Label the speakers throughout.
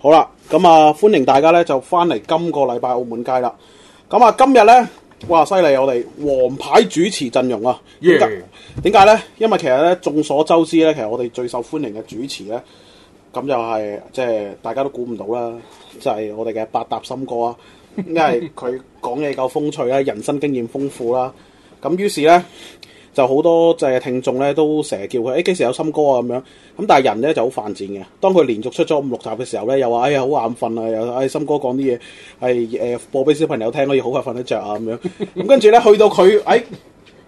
Speaker 1: 好啦，咁啊，歡迎大家咧就翻嚟今個禮拜澳門街啦。咁啊，今日咧，哇，犀利！啊我哋王牌主持陣容啊，點解
Speaker 2: Yeah
Speaker 1: 點解咧？因為其實咧，眾所周知咧，其實我哋最受歡迎嘅主持咧，咁就係、即係大家都估唔到啦，就係、我哋嘅百搭森哥啊，因為佢講嘢夠風趣啦，人生經驗豐富啦，咁於是咧。就好多即係聽眾咧，都成日叫佢誒幾時有森哥啊咁樣。咁但係人咧就好犯賤嘅。當佢連續出咗五六集嘅時候咧，又話哎呀好眼瞓啊，又誒、哎、森哥講啲嘢係誒播俾小朋友聽，可以好快瞓得着啊咁樣。咁跟住咧去到佢誒、哎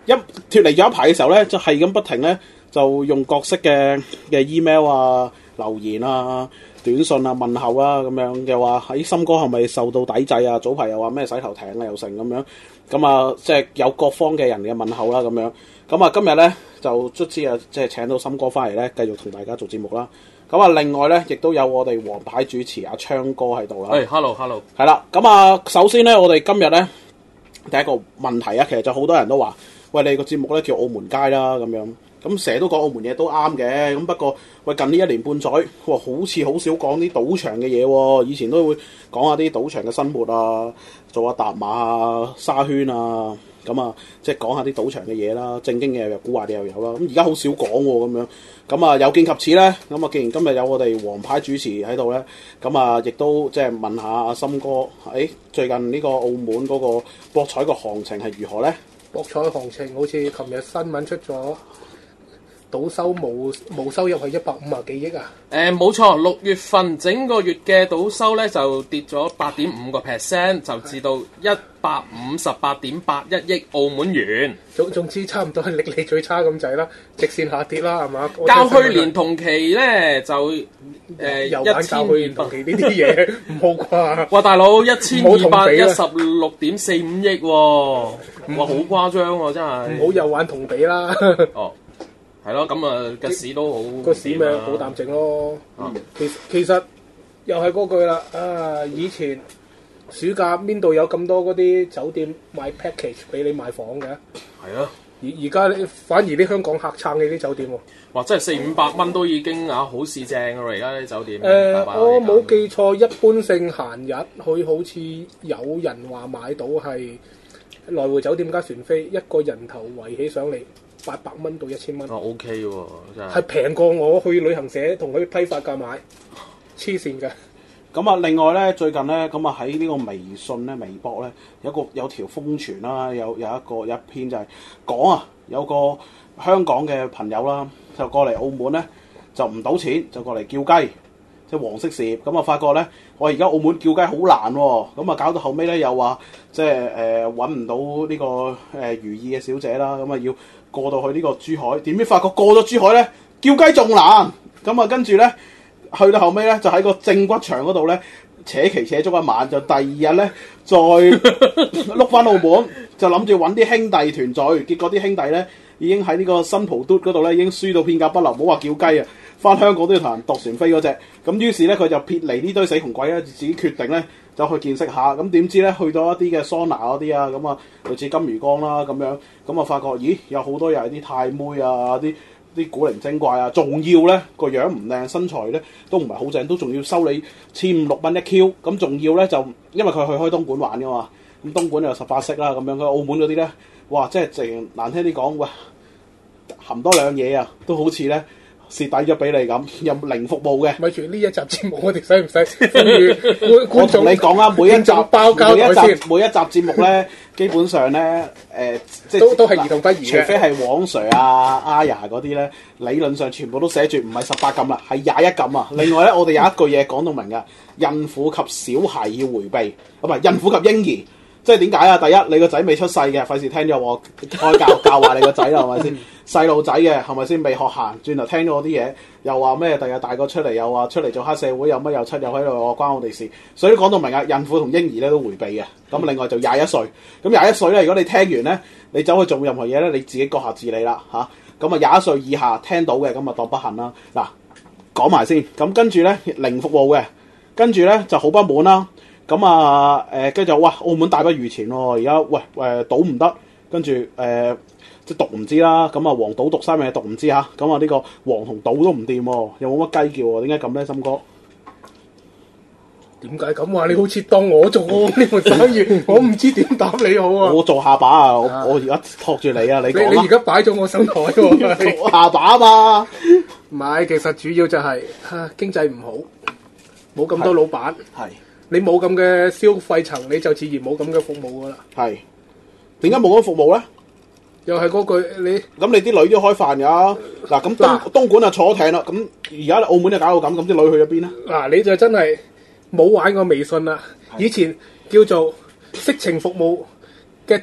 Speaker 1: 一脱離咗一排嘅時候咧，就係咁不停咧就用各式嘅嘅 email 啊、留言啊、短信啊、問候啊咁樣，又話喺森哥係咪受到抵制啊？早排又話咩洗頭艇啊又成咁樣。咁啊，即係有各方嘅人嘅問候啦，咁樣。咁啊，今日咧就卒之啊，即係請到森哥翻嚟咧，繼續同大家做節目啦。咁啊，另外咧，亦都有我哋王牌主持阿昌哥喺度啦。
Speaker 2: 喂，hello hello，
Speaker 1: 係啦，咁啊，首先咧，我哋今日咧第一個問題啊，其實就好多人都話，喂，你個節目咧叫澳門街啦，咁樣，咁成日都講澳門嘢都啱嘅，咁不過喂近呢一年半載，哇，好似好少講啲賭場嘅嘢喎，以前都會講下啲賭場嘅生活啊，做下搭馬啊、沙圈啊，咁啊，即係講下啲賭場嘅嘢啦，正經嘅又有古惑嘅又有啦，咁啊而家好少講喎，咁樣，咁啊有見及此咧，咁啊既然今日有我哋王牌主持喺度咧。咁啊，亦都即係問下阿森哥，誒、最近呢個澳門嗰個博彩個行情係如何咧？
Speaker 3: 博彩行情好似琴日新聞出咗，賭收冇冇收入係一百五啊幾億啊！
Speaker 2: 誒呃冇錯，六月份整個月嘅賭收咧就跌咗八點五個 percent，就至到一百五十八點八一億澳門元，
Speaker 3: 總總之差唔多係歷嚟最差咁滯啦，直線下跌啦，係嘛？
Speaker 2: 較去年同期咧就誒
Speaker 3: 又玩
Speaker 2: 一千
Speaker 3: 教去年
Speaker 2: 二
Speaker 3: 同
Speaker 2: 百
Speaker 3: 期。呢啲嘢，唔好啩？
Speaker 2: 哇，大佬一千
Speaker 3: 唔好
Speaker 2: 二
Speaker 3: 同
Speaker 2: 百
Speaker 3: 比
Speaker 2: 一
Speaker 3: 啦
Speaker 2: 十六點四五億喎，哇，好誇張喎，真
Speaker 3: 唔
Speaker 2: 係。
Speaker 3: 好又玩同比啦，
Speaker 2: 哦，係咯，咁啊個市都好
Speaker 3: 個市咪
Speaker 2: 點啊
Speaker 3: 好淡靜咯。
Speaker 2: 啊
Speaker 3: 其實其實又係嗰句啦，啊！以前暑假邊度有咁多嗰啲酒店賣 package 俾你買房嘅？
Speaker 2: 係咯。
Speaker 3: 而而家反而啲香港客撐你啲酒店喎。
Speaker 2: 哇！真係四五百蚊都已經啊，好市正噶啦，而家啲酒店。
Speaker 3: 誒、呃我冇記錯，一般性閒日佢好似有人話買到係來回酒店加船飛，一個人頭圍起上嚟八百蚊到一千蚊
Speaker 1: 哦
Speaker 2: 啊，OK 喎，真
Speaker 3: 係
Speaker 2: 係。
Speaker 3: 平過我去旅行社同佢批發價買，黐線嘅。
Speaker 1: 咁啊，另外咧，最近咧，咁啊喺呢個微信咧、微博咧，有個有條瘋傳啦，有有一個有一篇就係講啊，有個香港嘅朋友啦，就過嚟澳門咧，就唔賭錢，就過嚟叫雞，即係黃色事業。咁啊，發覺咧，我而家澳門叫雞好難喎、咁啊，搞到後尾咧又話，即係誒揾唔到呢、個誒、如意嘅小姐啦，咁啊要過到去呢個珠海，點知發覺過咗珠海咧，叫雞仲難。咁啊，跟住咧。去到後尾咧，就喺個正骨場嗰度咧扯旗扯足一晚，就第二日咧再碌翻澳門，就諗住揾啲兄弟團聚。結果啲兄弟咧已經喺呢個新蒲嘟嗰度咧已經輸到片甲不留，唔好話叫雞啊！翻香港都要同人度船飛嗰只。咁於是咧佢就撇離呢堆死窮鬼咧，自己決定咧就去見識下。咁點知咧去到一啲嘅桑拿嗰啲啊，咁啊類似金魚缸啦咁樣，咁啊發覺咦有好多又係啲泰妹啊啲。啲古靈精怪啊，仲要咧個樣唔靚，身材咧都唔係好正，都仲要收你千五六蚊一 Q，咁仲要咧就因為佢去開東莞玩噶嘛，咁東莞又十八式啦咁樣，佢澳門嗰啲咧，哇！即係淨難聽啲講，喂，含多兩嘢啊，都好似咧蝕底咗俾你咁，又零服務嘅。
Speaker 3: 咪住呢一集節目，我哋使唔 使呼籲觀
Speaker 1: 我
Speaker 3: 觀
Speaker 1: 同
Speaker 3: 眾？
Speaker 1: 你講啊，每一集
Speaker 3: 觀眾包膠
Speaker 1: 每一
Speaker 3: 袋
Speaker 1: 集
Speaker 3: 先，
Speaker 1: 每一集節目 咧，基本上咧，誒、即
Speaker 3: 都都係兒童不宜嘅
Speaker 1: 除非係黃 Sir 啊、阿 Ya 嗰啲咧，理論上全部都寫住唔係十八禁啦，係廿一禁啊。另外咧，我哋有一句嘢講到明㗎，孕婦及小孩要迴避，唔係孕婦及嬰兒。即係點解啊？第一，你個仔未出世嘅，費事聽咗我開教教壞你個仔啦，係咪先？細路仔嘅係咪先未學行，轉頭聽咗我啲嘢，又話咩？第日大個出嚟又話出嚟做黑社會，又乜又出又喺度，我關我哋事。所以講到明啊，孕婦同嬰兒咧都迴避嘅。咁另外就廿一歲，咁廿一歲咧，如果你聽完咧，你走去做任何嘢咧，你自己閣下自理啦吓，咁啊廿一歲以下聽到嘅，咁啊當不幸啦。嗱，講埋先，咁跟住咧零服務嘅，跟住咧就好不滿啦。咁啊誒，跟、住就哇，澳門大不如前喎、而家喂誒賭唔得，跟住誒。即係讀唔知啦，咁啊黃賭毒三樣嘢讀唔知吓，咁啊呢個黃同賭都唔掂喎，又冇乜雞叫喎，點解咁咧，森哥？
Speaker 3: 點解咁話？你好似當我 做呢盤生意，我唔知點答你好啊！
Speaker 1: 我做下巴啊，我
Speaker 3: 啊
Speaker 1: 我而家托住你啊，你
Speaker 3: 你
Speaker 1: 講
Speaker 3: 你而
Speaker 1: 啦，
Speaker 3: 家擺咗我上台 喎，
Speaker 1: 做下巴啊嘛，
Speaker 3: 唔係，其實主要就係、啊、經濟唔好，冇咁多老闆，
Speaker 1: 係
Speaker 3: 你冇咁嘅消費層，你就自然冇咁嘅服務噶啦。
Speaker 1: 係，點解冇咁服務咧？
Speaker 3: 又係嗰句，你
Speaker 1: 咁你啲女都開飯㗎，嗱咁東
Speaker 3: 嗱
Speaker 1: 東莞啊坐艇啦，咁而家澳門就搞到咁，咁啲女去咗邊咧？
Speaker 3: 嗱、你就真係冇玩過微信啦。以前叫做色情服務嘅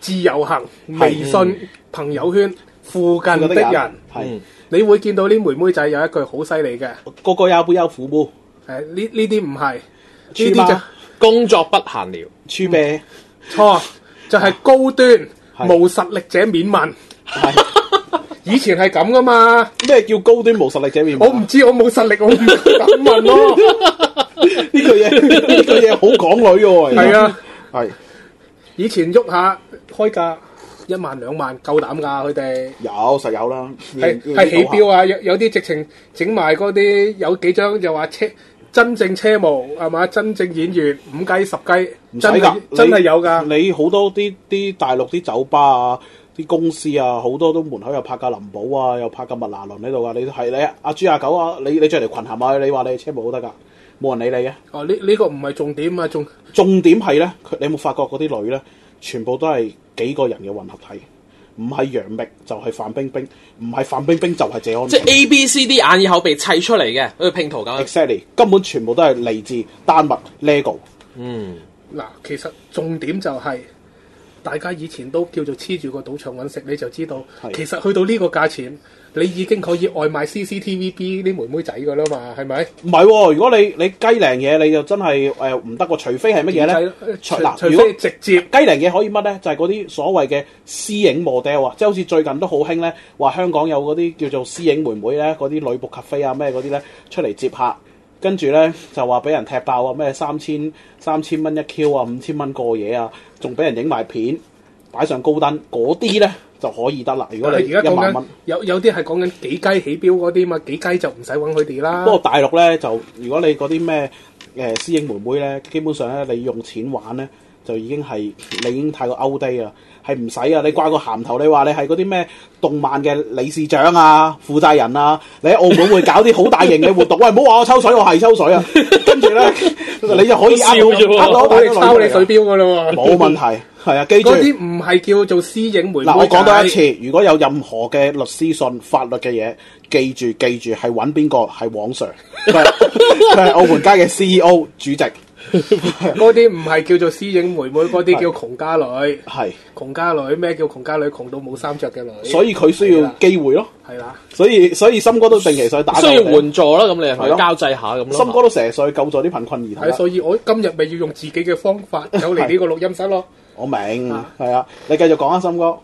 Speaker 3: 自由行，微
Speaker 1: 嗯
Speaker 3: 信朋友圈附近的人，
Speaker 1: 係
Speaker 3: 你會見到啲妹妹仔有一句好犀利嘅，
Speaker 1: 個個有杯有苦杯，
Speaker 3: 誒呢呢啲唔係，呢
Speaker 1: 豬
Speaker 3: 啲
Speaker 1: 媽
Speaker 3: 就
Speaker 2: 工作不閒聊，
Speaker 1: 豬
Speaker 3: 嗯
Speaker 1: 咩？
Speaker 3: 錯，就係、高端
Speaker 1: 係
Speaker 3: 無實力者免問。
Speaker 1: 係
Speaker 3: 以前係咁噶嘛，
Speaker 1: 咩叫高端無實力者面貌？
Speaker 3: 我唔知我冇實力，我唔 敢問咯。
Speaker 1: 呢句嘢 呢句嘢好港女嘅喎，
Speaker 3: 係啊，
Speaker 1: 係
Speaker 3: 以前喐下開價一萬兩萬夠膽㗎，佢哋
Speaker 1: 有實有啦，
Speaker 3: 係係起標啊，有有啲直情整埋嗰啲有幾張就話車真正車模係嘛，真正演員五雞十雞，
Speaker 1: 唔使
Speaker 3: 真
Speaker 1: 㗎
Speaker 3: 係，真係有㗎。
Speaker 1: 你你好多啲啲大陸啲酒吧啊，啲公司啊，好多都門口又拍架林寶啊，又拍架麥拿倫喺度㗎。你係你阿豬阿狗啊，你你着條裙行埋去，你話你係車模都得㗎，冇人理你嘅。啊
Speaker 3: 哦，呢呢個唔係重點啊，仲
Speaker 1: 重點係咧，佢你有冇發覺嗰啲女咧，全部都係幾個人嘅混合體，唔係楊冪就係范冰冰，唔係范冰冰就係謝安
Speaker 2: 即
Speaker 1: 琪。
Speaker 2: 係 A、B、C、D 眼耳口鼻砌出嚟嘅，好似拼圖
Speaker 3: 啊
Speaker 2: 咁。
Speaker 1: exactly 根本全部都係嚟自丹麥 LEGO。
Speaker 2: 嗯，
Speaker 3: 嗱，其實重點就係、大家以前都叫做黐住個賭場揾食，你就知道
Speaker 1: 係
Speaker 3: 其實去到呢個價錢，你已經可以外賣 CCTVB 啲妹妹仔噶啦嘛，係咪？
Speaker 1: 唔係喎，如果你你雞零嘢，你就真係誒唔得喎。除非係乜嘢咧？除
Speaker 3: 除
Speaker 1: 嗱，
Speaker 3: 除
Speaker 1: 如果
Speaker 3: 非直接
Speaker 1: 雞零嘢可以乜咧？就係嗰啲所謂嘅私影 model 啊，即係好似最近都好興咧，話香港有嗰啲叫做私影妹妹咧，嗰啲女僕咖啡啊咩嗰啲咧出嚟接客，跟住咧就話俾人踢爆啊，咩三千三千蚊一 Q 啊，五千蚊過夜啊，仲俾人影埋片擺上高登，嗰啲咧就可以得啦。如
Speaker 3: 但
Speaker 1: 果你
Speaker 3: 係而
Speaker 1: 一
Speaker 3: 家講
Speaker 1: 萬蚊
Speaker 3: 緊。有有啲係講緊幾雞起標嗰啲嘛，幾雞就唔使揾佢哋啦
Speaker 1: 不。過大陸咧就，如果你嗰啲咩誒私影妹妹咧，基本上咧你用錢玩咧，就已經係你已經太過 out day 啊，係唔使啊！你掛個鹹頭，你話你係嗰啲咩動漫嘅理事長啊、負責人啊，你喺澳門會搞啲好大型嘅活動，喂唔好話我抽水，我係抽水啊！跟住咧， 你就可以呃
Speaker 2: 笑啫喎
Speaker 1: 呃到
Speaker 3: 我
Speaker 1: 一大堆女
Speaker 3: 哋抄你
Speaker 1: 出嚟㗎
Speaker 3: 水標噶啦喎，
Speaker 1: 冇問題，係啊，記住
Speaker 3: 嗰。啲唔係叫做私影妹妹仔。
Speaker 1: 嗱，我講多一次，如果有任何嘅律師信、法律嘅嘢，記住記住係揾邊個係黃 Sir，佢 係佢係澳門街嘅 CEO 主席，
Speaker 3: 嗰啲唔係叫做私影妹妹，嗰啲叫窮家女。
Speaker 1: 係，
Speaker 3: 窮家女咩叫窮家女？窮到冇衫着嘅女。
Speaker 1: 所以佢需要機會咯，
Speaker 3: 係啦，
Speaker 1: 所以所以森哥都定期上去打救
Speaker 2: 需要
Speaker 1: 我哋，
Speaker 2: 援助啦，咁你
Speaker 1: 嗯係
Speaker 2: 同
Speaker 1: 咯
Speaker 2: 佢交際下咁咯。
Speaker 1: 森哥都成日上去救助啲貧困兒童
Speaker 3: 係啊
Speaker 1: 啦，
Speaker 3: 所以我今日咪要用自己嘅方 法走嚟呢個錄音室咯。
Speaker 1: 我明，
Speaker 3: 啊
Speaker 1: 係啊，你繼續講啊，森哥，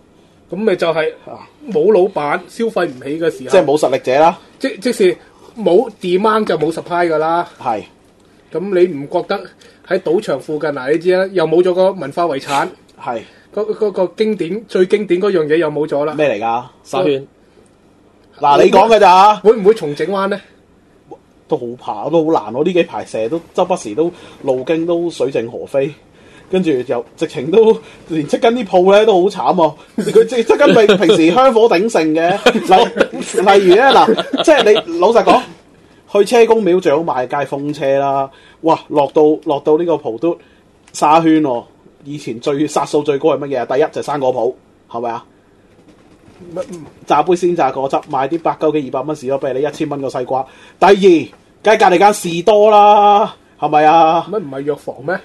Speaker 3: 咁咪就係
Speaker 1: 啊
Speaker 3: 冇老闆消費唔起嘅時候，
Speaker 1: 即係冇實力者啦，
Speaker 3: 即即是冇 demand 就冇 supply 噶啦。
Speaker 1: 係
Speaker 3: 咁你唔覺得喺賭場附近嗱？你知啦，又冇咗個文化遺產，
Speaker 1: 係
Speaker 3: 嗰嗰個經典最經典嗰樣嘢又冇咗啦。
Speaker 1: 咩嚟㗎？
Speaker 2: 沙圈，
Speaker 1: 嗱，你講嘅咋？
Speaker 3: 會唔會重整灣咧？
Speaker 1: 都好怕，都好難。我呢幾排成日都周不時都路經都水靜河飛，跟住又直情都 連側跟啲鋪咧都好慘啊！佢即側跟平平時香火鼎盛嘅，例例如咧嗱，即係你老實講，去車公廟最好買街風車啦。哇，落到落到呢個蒲都沙圈喎、以前最殺數最高係乜嘢啊？第一就係生果鋪，係咪啊？榨杯鮮榨果汁，買啲百鳩嘅二百蚊士多啤梨，一千蚊個西瓜。第二，梗係隔離間士多啦，係咪啊？
Speaker 3: 乜唔係藥房咩？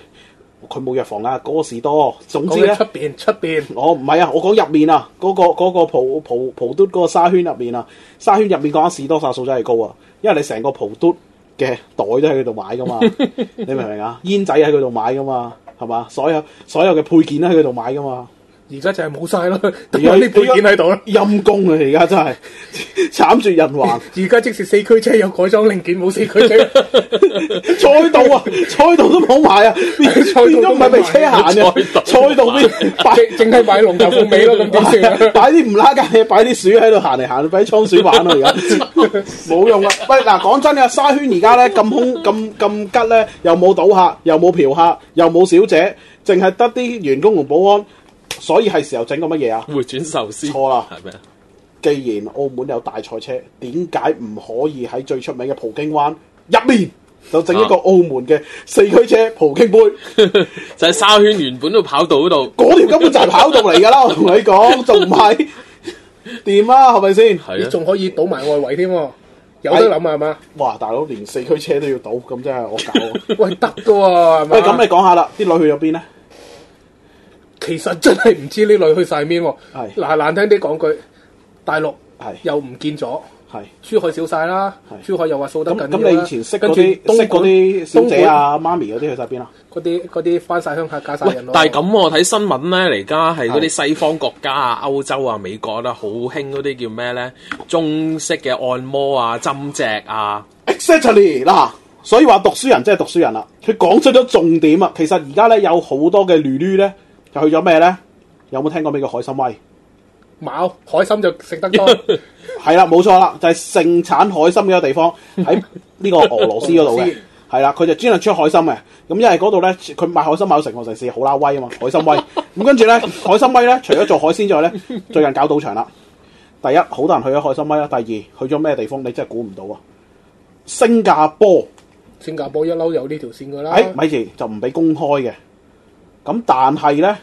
Speaker 1: 佢冇藥房啊，嗰、個士多。總
Speaker 3: 講
Speaker 1: 之咧
Speaker 3: 喺出。邊出邊，
Speaker 1: 我唔係啊，我講入面啊，嗰、個嗰、個蒲蒲蒲嘟嗰個沙圈入面啊，沙圈入面嗰間士多殺數真係高啊，因為你成個蒲嘟嘅袋都喺佢度買 噶嘛，你明唔明啊？煙仔喺佢度買噶嘛，係嘛？所有所有嘅配件都喺佢度買噶 嘛，
Speaker 3: 而家就係冇 晒咯，都有
Speaker 1: 有
Speaker 3: 啲配件喺度啦。
Speaker 1: 陰公啊！而家真係 慘絕人寰，
Speaker 3: 而家即使四驅車有改裝零件，冇四驅 車。
Speaker 1: 坐喺度啊，坐喺度都冇買啊， 變變
Speaker 3: 坐喺度
Speaker 1: 咗
Speaker 3: 都
Speaker 1: 唔係被車行啊
Speaker 2: 坐喺度
Speaker 1: 嘅，坐喺度 邊擺
Speaker 3: 淨淨係買龍頭鳳尾 咯，咁點算啊？
Speaker 1: 擺啲唔拉更嘢，擺啲鼠喺度行嚟行去，擺啲倉鼠玩咯而家，冇用啊！喂，嗱，講真啊，沙圈而家咧咁空咁咁吉咧，又冇賭客，又冇嫖客，又冇小姐，淨係得啲員工同保安，所以係時候整個乜嘢 啊？
Speaker 2: 回轉壽司
Speaker 1: 錯啦
Speaker 2: 係咩啊？
Speaker 1: 既然澳門有大賽車，點解唔可以喺最出名嘅葡京灣入面就整一個澳門嘅四驅車葡京杯？
Speaker 2: 就係沙圈原本都跑道嗰度，
Speaker 1: 嗰條根本就係跑道嚟㗎啦，我同你講，仲唔係掂啊？係咪先？
Speaker 2: 係
Speaker 3: 你
Speaker 2: 啊。
Speaker 3: 仲可以倒埋外圍添喎，有得諗啊係嘛？
Speaker 1: 哇！大佬連四驅車都要賭，咁真係我搞啊。
Speaker 3: 喂，得噶喎，係嘛？
Speaker 1: 喂，咁你講下啦，啲女去咗邊咧？啊
Speaker 3: 其實真係唔知呢類去晒面喎。
Speaker 1: 係
Speaker 3: 嗱難聽啲講句，大陸
Speaker 1: 係
Speaker 3: 又唔見咗，
Speaker 1: 係。
Speaker 3: 珠海少晒啦，
Speaker 1: 係
Speaker 3: 珠海又話掃得
Speaker 1: 咁
Speaker 3: 緊
Speaker 1: 咁，
Speaker 3: 要啦
Speaker 1: 你以前識嗰啲
Speaker 3: 跟住東
Speaker 1: 識嗰
Speaker 3: 莞
Speaker 1: 啲小姐啊、媽咪嗰啲去晒邊啊？
Speaker 3: 東莞嗰啲嗰啲翻晒鄉下嫁晒
Speaker 2: 喂
Speaker 3: 人咯。，啊
Speaker 2: 但係咁喎，睇新聞咧，而家係嗰啲西方國家啊、歐洲啊、美國啦，好興嗰啲叫咩咧？中式嘅按摩啊、針灸啊，
Speaker 1: Exactly 嗱，所以話讀書人真係讀書人啦。佢講出咗重點啊！其實而家咧有好多嘅女女咧，就去咗咩咧？有冇聽過咩叫海參崴？
Speaker 3: 冇海參就食 得多，俄
Speaker 1: 係啦，冇錯啦，就係、盛產海參嘅一個地方喺呢個俄羅斯嗰度
Speaker 3: 俄羅
Speaker 1: 嘅
Speaker 3: 斯。
Speaker 1: 係啦，佢就專係出海參嘅，咁因為嗰度咧，佢賣海參賣到成個城市好啦威啊嘛，海參威。咁跟住咧，海參威咧，除咗做海鮮之外咧，最近搞賭場啦。第一，好多人去咗海參威啦；第二，去咗咩地方你真係估唔到啊！新加坡，
Speaker 3: 新加坡一嬲有呢條線噶啦。
Speaker 1: 誒、哎咪住就唔俾公開嘅。咁但係咧，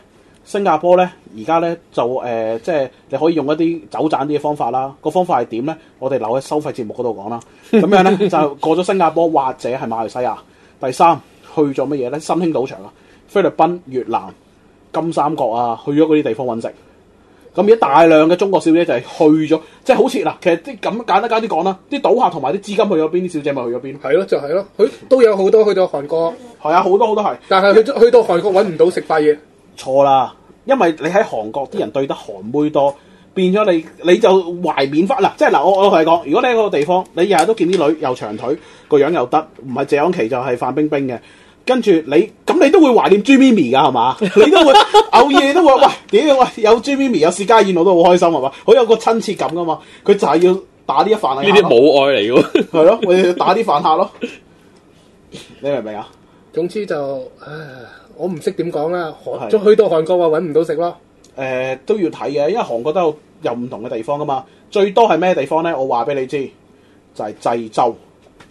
Speaker 1: 新加坡咧而家咧就誒、呃即係你可以用一啲走盞啲嘅方法啦。個方法係點咧？我哋留喺收費節目嗰度講啦。咁樣咧就過咗新加坡或者係馬來西亞。第三去咗乜嘢咧？新興賭場啊，菲律賓、越南、金三角啊，去咗嗰啲地方揾食。咁而家大量嘅中國小姐就係去咗，即係好似嗱，其實啲咁簡單簡啲講啦，啲賭客同埋啲資金去咗邊，啲小姐咪去咗邊。
Speaker 3: 係咯，就係咯，佢都有好多去到韓國，
Speaker 1: 係啊，好多好多係。
Speaker 3: 但係去咗去到韓國揾唔到食快嘢，
Speaker 1: 錯啦，因為你喺韓國啲人對得韓妹多，變咗你你就懷緬翻嗱，即係嗱，我我同你講，如果你喺嗰個地方，你日日都見啲女又長腿，個樣又得，唔係謝安琪就係范冰冰嘅。跟住你，咁你都會懷念朱咪咪㗎係 嘛？你都會偶爾你都會喂，屌喂，有朱咪咪有薛家燕我都好開心係啊嘛？好有個親切感㗎嘛，佢就係要打呢一飯啊！
Speaker 2: 呢啲母愛嚟嘅喎。
Speaker 1: 係咯，我哋要打啲飯客咯，你明唔明啊？
Speaker 3: 總之就唉，我唔識點講啦。韓
Speaker 1: 係
Speaker 3: 再去到韓國話揾唔到食咯，
Speaker 1: 誒、呃都要睇嘅，因為韓國都有有唔同嘅地方噶嘛。最多係咩地方咧？我話俾你知，就係、濟州，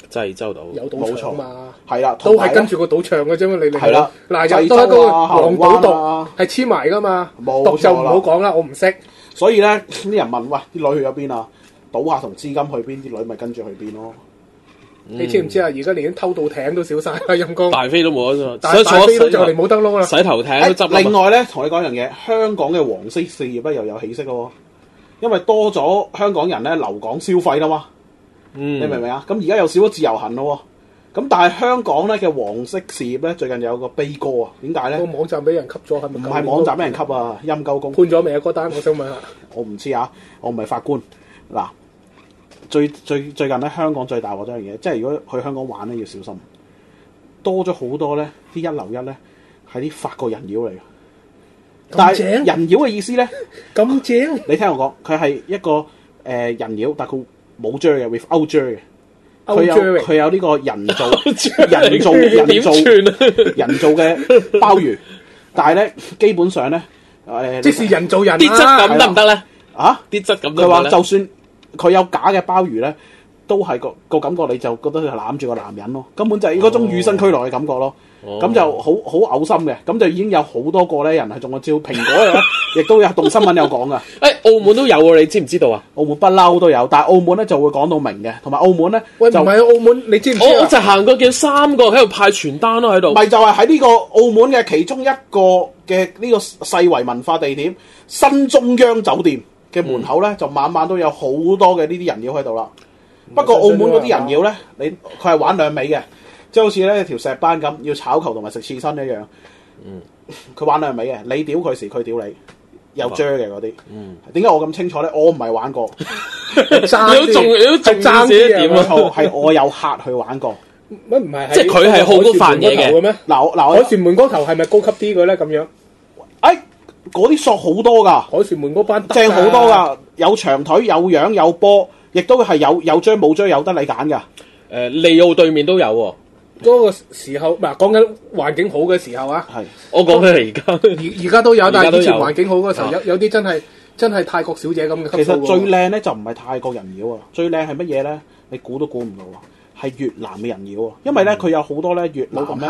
Speaker 2: 真係周到，
Speaker 3: 有
Speaker 1: 冇
Speaker 3: 賭
Speaker 1: 錯
Speaker 3: 場嘛，
Speaker 1: 係啦，
Speaker 3: 都
Speaker 1: 同埋
Speaker 3: 係
Speaker 1: 呢
Speaker 3: 跟住個賭場嘅啫嘛。你
Speaker 1: 係啦
Speaker 3: 嗱
Speaker 1: 濟
Speaker 3: 入
Speaker 1: 州
Speaker 3: 都
Speaker 1: 啊
Speaker 3: 係嗰個黃賭
Speaker 1: 後
Speaker 3: 毒
Speaker 1: 灣啊
Speaker 3: 係黐埋噶嘛，
Speaker 1: 冇
Speaker 3: 毒就唔
Speaker 1: 錯啦
Speaker 3: 好講啦，我唔識。
Speaker 1: 所以咧，啲人問喂，啲女去咗邊啊？賭客同資金去邊，啲女咪跟住去邊咯。
Speaker 3: 你知唔知啊？而家連啲偷渡艇都少晒啦，陰公。
Speaker 2: 大飛都冇得
Speaker 3: 大
Speaker 2: 咗，所以
Speaker 3: 大飛都就
Speaker 2: 坐
Speaker 3: 嚟冇得撈啦。
Speaker 2: 洗頭艇都執
Speaker 1: 誒
Speaker 4: 啊
Speaker 3: 啊
Speaker 1: 另
Speaker 2: 啦嘛。
Speaker 1: 外咧，同你講一樣嘢，香港嘅黃色事業咧又有起色咯，因為多咗香港人咧留港消費啦嘛。
Speaker 2: 嗯
Speaker 1: 你明 唔明啊？咁而家又少咗自由行咯喎。咁但係香港咧嘅黃色事業咧，最近有個悲歌啊，點解咧？
Speaker 3: 個網站俾人吸咗係
Speaker 1: 唔
Speaker 3: 咪？
Speaker 1: 係網站俾人吸啊，陰鳩公
Speaker 3: 判。咗未啊？嗰單我想問下，
Speaker 1: 我唔知啊，我唔係法官。嗱，最最最近咧，香港最大鑊咗一樣嘢，即係如果去香港玩咧，要小心。多咗好多咧，啲一流一咧係啲法國人妖嚟嘅。但
Speaker 3: 咁
Speaker 1: 係
Speaker 3: 正
Speaker 1: 人妖嘅意思咧，
Speaker 3: 咁正
Speaker 1: 你聽我講，佢係一個誒、呃人妖，但佢冇 j 嘅，without j 嘅。佢
Speaker 3: 歐
Speaker 1: 有
Speaker 3: 張
Speaker 1: 佢有呢個人造人造人
Speaker 2: 點
Speaker 1: 造
Speaker 2: 串啊？
Speaker 1: 人造嘅鮑魚，但係咧基本上咧誒，
Speaker 3: 即是人造人
Speaker 2: 啲質
Speaker 4: 啊
Speaker 3: 啦
Speaker 2: 感。得唔得咧？
Speaker 1: 啊！
Speaker 2: 啲質感得
Speaker 4: 哦
Speaker 1: 佢
Speaker 2: 唔
Speaker 1: 話
Speaker 2: 得
Speaker 1: 就
Speaker 2: 咧？
Speaker 1: 算佢有假嘅鮑魚咧，都係個個感覺，你就覺得佢攬住個男人咯，根本就係嗰種與生俱來嘅感覺咯。
Speaker 4: 哦
Speaker 1: 咁、就好好嘔心嘅，咁就已經有好多個咧人係中咗招，蘋果咧亦都有動新聞有講噶，
Speaker 4: 誒澳門都有喎，你知唔知道 啊？
Speaker 1: 澳門不嬲都有，但係澳門咧就會講到明嘅，同埋澳門咧
Speaker 3: 喂，唔
Speaker 1: 就
Speaker 3: 係澳門，你知唔知
Speaker 4: 我我
Speaker 3: 啊？
Speaker 4: 就行過見三個喺度派傳單咯喺度，
Speaker 1: 咪就係喺呢個澳門嘅其中一個嘅呢個世遺文化地點新中央酒店嘅門口咧，就晚晚都有好多嘅呢啲人妖喺度啦。不過澳門嗰啲人妖咧，你佢係玩兩味嘅，即係好似咧條石斑咁，要炒球同埋食刺身一樣。佢玩兩味嘅，你屌佢時，佢屌你，有啫嘅嗰啲。點解我咁清楚咧？我唔係玩過，
Speaker 3: 爭
Speaker 4: 你都仲
Speaker 3: 啲
Speaker 4: 你都仲
Speaker 3: 係爭
Speaker 4: 自己
Speaker 3: 啲啊
Speaker 4: 點
Speaker 1: 冇
Speaker 4: 啊
Speaker 1: 錯係我有客去玩過。
Speaker 3: 乜唔係喺
Speaker 4: 即係佢係好嗰飯嘢嘅
Speaker 3: 海船門嗰頭咩？
Speaker 1: 嗱我嗱
Speaker 3: 海
Speaker 1: 我
Speaker 3: 船門嗰頭係咪高級啲嘅咧？咁樣
Speaker 1: 誒嗰啲索好多㗎。
Speaker 3: 海船門嗰班得㗎
Speaker 1: 正好多，噶，有長腿，有樣，有波，亦都係有有追冇追有得你揀噶。
Speaker 4: 誒利澳對面都有喎，
Speaker 3: 嗰個時候嗱，講緊環境好嘅時候啊，
Speaker 1: 係
Speaker 4: 我講緊而家。
Speaker 3: 而而家都有，但
Speaker 4: 而家都有
Speaker 3: 係以前環境好嗰時候，
Speaker 4: 啊
Speaker 3: 有有啲真係真係泰國小姐咁嘅級
Speaker 1: 其
Speaker 3: 數
Speaker 1: 實
Speaker 3: 喎
Speaker 1: 最靚咧就唔係泰國人妖啊，最靚係乜嘢咧？你估都估唔到啊！係越南嘅人妖啊，因為咧佢有好多咧越南
Speaker 3: 嗯冇咁
Speaker 1: 咧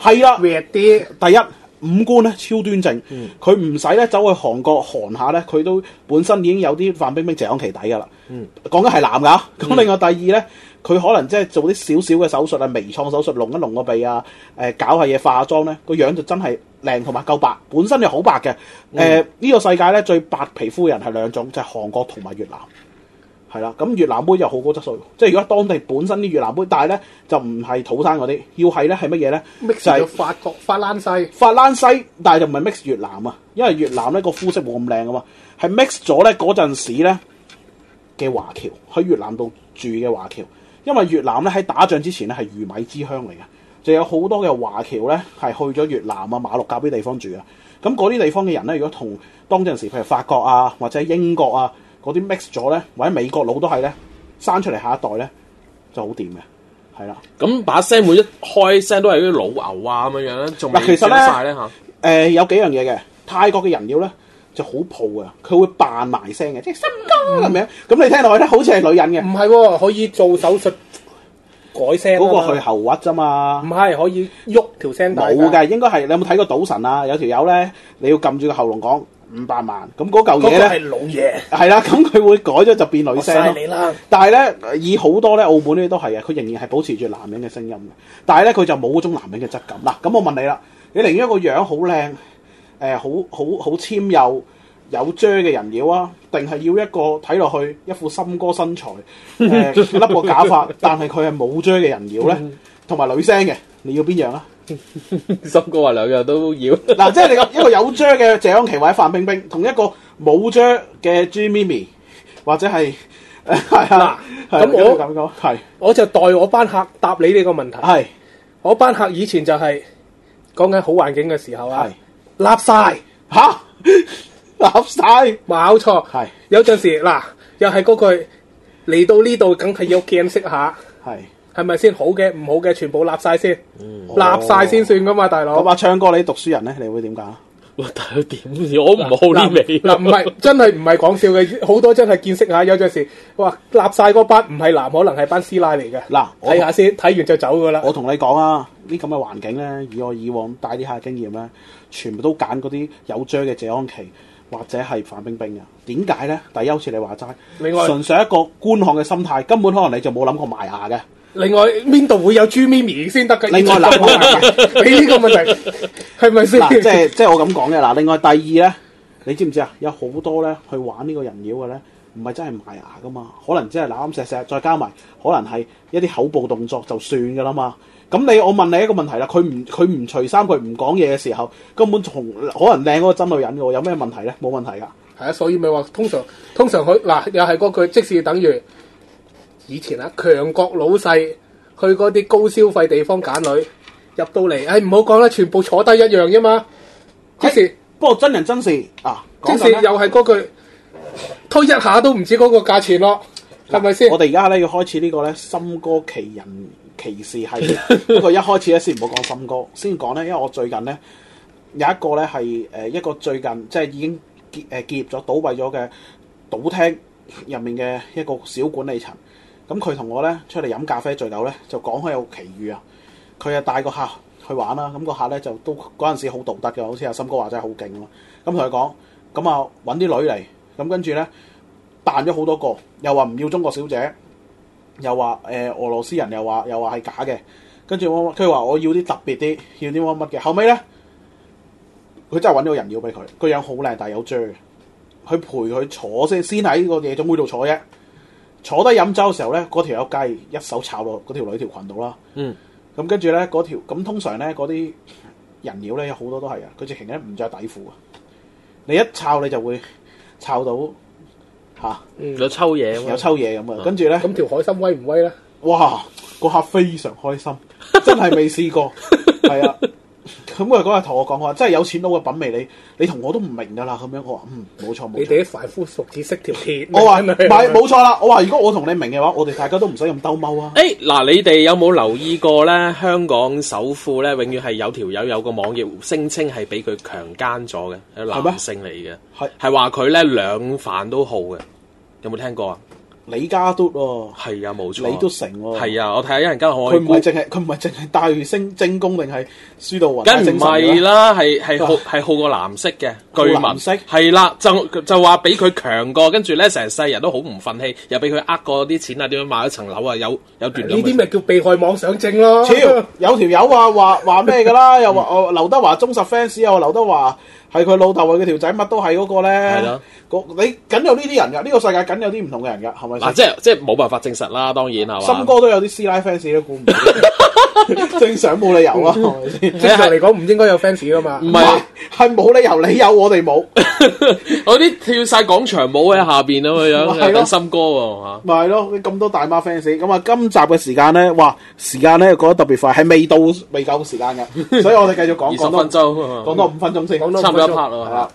Speaker 1: 係啦，
Speaker 3: 弱啲，
Speaker 1: 第一五官咧超端正，
Speaker 3: 嗯
Speaker 1: 佢唔使咧走去韓國韓下咧，佢都本身已經有啲范冰冰、謝安琪底噶啦。
Speaker 3: 嗯
Speaker 1: 講緊係男噶，咁另外第二咧，佢可能即係做啲少少嘅手術啊，微創手術，隆一隆個鼻啊，誒、搞下嘢化下妝咧，個樣就真係靚同埋夠白，本身就好白嘅。誒、
Speaker 3: 嗯
Speaker 1: 呢、個世界咧最白皮膚嘅人係兩種，就係、韓國同埋越南。係啦，咁越南妹又好高質素，即係如果當地本身啲越南妹，但係咧就唔係土生嗰啲，要係咧係乜嘢咧？
Speaker 3: mix
Speaker 1: 就係
Speaker 3: 咗法國法蘭西，
Speaker 1: 法蘭西，但係就唔係 mix 越南啊，因為越南咧個膚色冇咁靚啊嘛，係 mix 咗咧嗰陣時咧嘅華僑喺越南度住嘅華僑，因為越南咧喺打仗之前咧係魚米之鄉嚟嘅，就有好多嘅華僑咧係去咗越南啊馬六甲啲地方住啊，咁嗰啲地方嘅人咧，如果同當陣時譬如法國啊或者英國啊嗰啲 mix 咗咧，或者美國佬都係咧生出嚟下一代咧就好掂嘅，係啦。
Speaker 4: 咁把聲每一開聲都係啲老牛啊咁樣樣，仲
Speaker 1: 嗱
Speaker 4: 未
Speaker 1: 其實
Speaker 4: 轉
Speaker 1: 呢
Speaker 4: 晒 咧嚇。
Speaker 1: 誒、呃有幾樣嘢嘅，泰國嘅人妖咧就好蒲啊，佢會扮埋聲嘅，即係心哥
Speaker 3: 嗯
Speaker 1: 咁樣。咁你聽落去咧，好似係女人
Speaker 3: 唔
Speaker 1: 嘅，
Speaker 3: 係喎，可以做手術改聲啊
Speaker 1: 嗰、
Speaker 3: 嘛
Speaker 1: 個佢喉核啫嘛
Speaker 3: 唔。係可以喐條聲帶
Speaker 1: 冇嘅，應該係你有冇睇過賭神啊？有條友咧，你要撳住個喉嚨講五百萬，咁嗰嚿嘢
Speaker 3: 嗰個
Speaker 1: 咧
Speaker 3: 係老爺，
Speaker 1: 係啦，咁佢會改咗就變女
Speaker 3: 我
Speaker 1: 聲
Speaker 3: 曬
Speaker 1: 咯
Speaker 3: 你。啦！
Speaker 1: 但係咧，以好多咧澳門呢啲都係嘅，佢仍然係保持住男人嘅聲音嘅。但係咧，佢就冇嗰種男人嘅質感。嗱，咁我問你啦，你寧願一個樣好靚，誒、好好好纖幼有遮嘅人妖啊，定係要一個睇落去一副森哥身材，誒、笠個假髮，但係佢係冇遮嘅人妖咧，
Speaker 3: 嗯
Speaker 1: 同埋女聲嘅，你要邊樣啊？
Speaker 4: 心哥話兩樣都要，
Speaker 1: 嗱，即係你一個有遮嘅謝安琪或者范冰冰，同一個冇遮嘅朱咪咪，或者係係啊，
Speaker 3: 嗱咁
Speaker 1: 係
Speaker 3: 我
Speaker 1: 咁講係
Speaker 3: 我就代我班客答你呢個問題。
Speaker 1: 係。
Speaker 3: 我班客以前就係講緊好環境嘅時候啊
Speaker 1: 係，
Speaker 3: 立晒
Speaker 1: 吓，立晒
Speaker 3: 冇錯。
Speaker 1: 係
Speaker 3: 有陣時嗱，又係嗰句嚟到呢度，梗係要見識下，
Speaker 1: 係。
Speaker 3: 係咪先？好嘅、唔好嘅，全部立晒先，
Speaker 1: 嗯
Speaker 3: 立晒先算噶嘛，大佬
Speaker 1: 咁。啊，唱歌你讀書人咧，你會點揀？ 啊
Speaker 4: 哇！大佬點知我唔好呢味
Speaker 3: 嗱，唔係真係唔係講笑嘅，好多真係見識下。有陣時哇，立晒嗰班唔係男，可能係班師奶嚟嘅。
Speaker 1: 嗱我
Speaker 3: 睇下先，睇完就走噶啦。
Speaker 1: 我同你講啊，呢咁嘅環境咧，以我以往帶啲客經驗咧，全部都揀嗰啲有追嘅謝安琪或者係范冰冰啊。點解咧？第一好似你話
Speaker 3: 另外
Speaker 1: 齋，純粹一個觀看嘅心態，根本可能你就冇諗過埋牙嘅。
Speaker 3: 另外邊度會有朱咪咪先得嘅？
Speaker 1: 另外嗱
Speaker 3: 嗱，你呢個問題係咪先？
Speaker 1: 嗱，即係即係我咁講嘅。嗱，另外第二咧，你知唔知啊？有好多咧去玩呢個人妖嘅咧，唔係真係埋牙噶嘛，可能只係攬攬錫錫，再加埋可能係一啲口部動作就算噶啦嘛。咁你我問你一個問題啦，佢唔佢唔除衫，佢唔講嘢嘅時候，根本同可能靚嗰個真女人嘅喎，有咩問題咧？冇問題噶。
Speaker 3: 係啊，所以咪話通常通常佢嗱又係嗰句，即是等於以前啊強國老細去嗰啲高消費地方揀女，入到嚟，唉唔好講啦，全部坐低一樣啫嘛。即是
Speaker 1: 不過真人真事啊，
Speaker 3: 即
Speaker 1: 講
Speaker 3: 是
Speaker 1: 緊呢
Speaker 3: 又係嗰句，推一下都唔止嗰個價錢咯，係咪先
Speaker 1: 我？哋而家咧要開始呢個咧森哥奇人 歧視系列。不過一開始咧先唔好講森哥，先講咧，因為我最近咧有一個咧係誒一個最近即係已經結誒結業咗倒閉咗嘅賭廳入面嘅一個小管理層。咁佢同我咧出嚟飲咖啡醉酒咧，就講開有奇遇啊！佢啊帶個客去玩啦，咁、個客咧就都嗰陣時好道德嘅，好似阿森哥話真係好勁咯。咁同佢講，咁啊揾啲女嚟，咁跟住咧扮咗好多個，又話唔要中國小姐，又話誒、呃俄羅斯人又話又話係假嘅，跟住我佢話我要啲特別啲，要啲乜乜嘅。後尾咧，佢真係揾咗個人妖俾佢，個樣好靚，但係有遮嘅。佢陪佢坐先，先喺個夜總會度坐啫。坐低飲酒嘅時候咧，嗰條友雞一手抄落嗰條女條裙度啦。
Speaker 4: 嗯。
Speaker 1: 咁跟住咧，嗰條咁通常咧，嗰啲人妖咧有好多都係啊，佢直情咧唔着底褲啊。你一抄你就會抄到嚇、
Speaker 4: 有抽嘢咁啊
Speaker 1: 有抽嘢咁啊。跟住咧，
Speaker 3: 咁條海參威唔威咧？
Speaker 1: 哇！個客非常開心， 真係未試 過，係啊。咁佢嗰日同我講話，真係有錢佬嘅品味，你你同我都唔明㗎啦。咁樣我話嗯，冇錯冇
Speaker 3: 你
Speaker 1: 錯。
Speaker 3: 哋啲凡夫俗子識條鐵。
Speaker 1: 我 話唔
Speaker 3: 真
Speaker 1: 係
Speaker 3: 係
Speaker 1: 冇錯啦。我話如果我同你明嘅話，我哋大家都唔使咁兜踎啊。
Speaker 4: 誒嗱、你哋有冇留意過咧？香港首富咧，永遠係有條友有個網頁聲稱係俾佢強姦咗嘅，係
Speaker 1: 係咩
Speaker 4: 男性嚟嘅，
Speaker 1: 係
Speaker 4: 係話佢咧兩飯都好嘅，有冇聽過啊？
Speaker 1: 李家篤喎，
Speaker 4: 係啊，冇錯，
Speaker 1: 李都成喎。
Speaker 4: 係啊，我睇下一陣間可
Speaker 1: 佢
Speaker 4: 唔
Speaker 1: 唔
Speaker 4: 可
Speaker 1: 係
Speaker 4: 以
Speaker 1: 淨係佢唔係淨係大星精工定係輸到雲
Speaker 4: 梗
Speaker 1: 精神
Speaker 4: 唔
Speaker 1: 㗎
Speaker 4: 係啦，係 係好係好過藍色嘅
Speaker 1: 好
Speaker 4: 據
Speaker 1: 藍
Speaker 4: 聞
Speaker 1: 色
Speaker 4: 係啦，就就話俾佢強過，跟住咧成世人都好唔憤氣，又俾佢呃過啲錢啊，點樣買咗層樓啊，有有段咁
Speaker 3: 呢
Speaker 4: 嘅
Speaker 3: 啲咪叫被害妄想症咯。
Speaker 1: 超有條友話話話咩㗎 啦？又話我劉德華忠實 fans 啊！我劉德華係佢老豆啊！佢條仔乜都係嗰個
Speaker 4: 係
Speaker 1: 咧
Speaker 4: 咯。
Speaker 1: 個你梗有呢啲人㗎，呢、個世界梗有啲唔同嘅人㗎，係咪先？
Speaker 4: 嗱，即係即係冇辦法證實啦，當然係嘛。
Speaker 1: 森哥都有啲師奶 fans 都估 唔到， 正常冇理由啊，嗯係咪先？
Speaker 3: 正常嚟講唔應該有 fans 噶嘛
Speaker 4: 唔。
Speaker 1: 唔
Speaker 4: 係
Speaker 1: 係，係冇理由，你有我哋冇，
Speaker 4: 我啲跳晒廣場舞喺下邊啊咁樣
Speaker 1: 哇 係
Speaker 4: 樣，
Speaker 1: 咯
Speaker 4: 等森哥喎嚇。
Speaker 1: 咪係咯？你咁多大媽 fans，咁啊，今集嘅時間咧，哇，時間咧過得特別快，係未到未夠時間 嘅，所以我哋繼續講
Speaker 4: 二十
Speaker 1: 講多
Speaker 4: 分鐘啊
Speaker 1: 講多五分鐘先，
Speaker 3: 講多
Speaker 4: 差唔多一
Speaker 3: 五分鐘
Speaker 4: part
Speaker 1: 係
Speaker 4: 啦
Speaker 1: 啦，，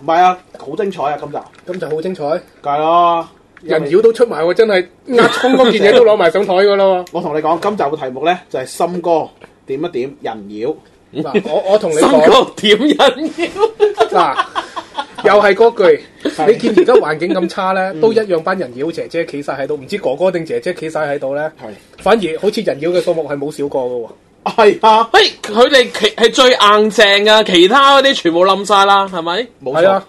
Speaker 1: 唔係啊，好精彩啊，今集，
Speaker 3: 咁就好精彩。
Speaker 1: 梗係啦，因為
Speaker 3: 人妖都出埋喎，真係壓衝嗰件嘢都攞埋上台 噶咯。
Speaker 1: 我同你講，今集嘅題目咧就係、森哥點一點人妖，
Speaker 3: 嗱，我我同你
Speaker 4: 森
Speaker 3: 講。
Speaker 4: 哥點人妖？
Speaker 3: 嗱，又係嗰句，你見而家環境咁差咧，
Speaker 1: 嗯
Speaker 3: 都一樣班人妖姐姐企晒喺度，唔知哥哥定姐姐企晒喺度咧，
Speaker 1: 係
Speaker 3: 反而好似人妖嘅數目係冇少過嘅喎。
Speaker 1: 係啊，
Speaker 4: 喂，佢哋其係最硬正啊，其他嗰啲全部冧晒啦，係咪？
Speaker 1: 冇
Speaker 3: 係
Speaker 1: 錯
Speaker 3: 啊。，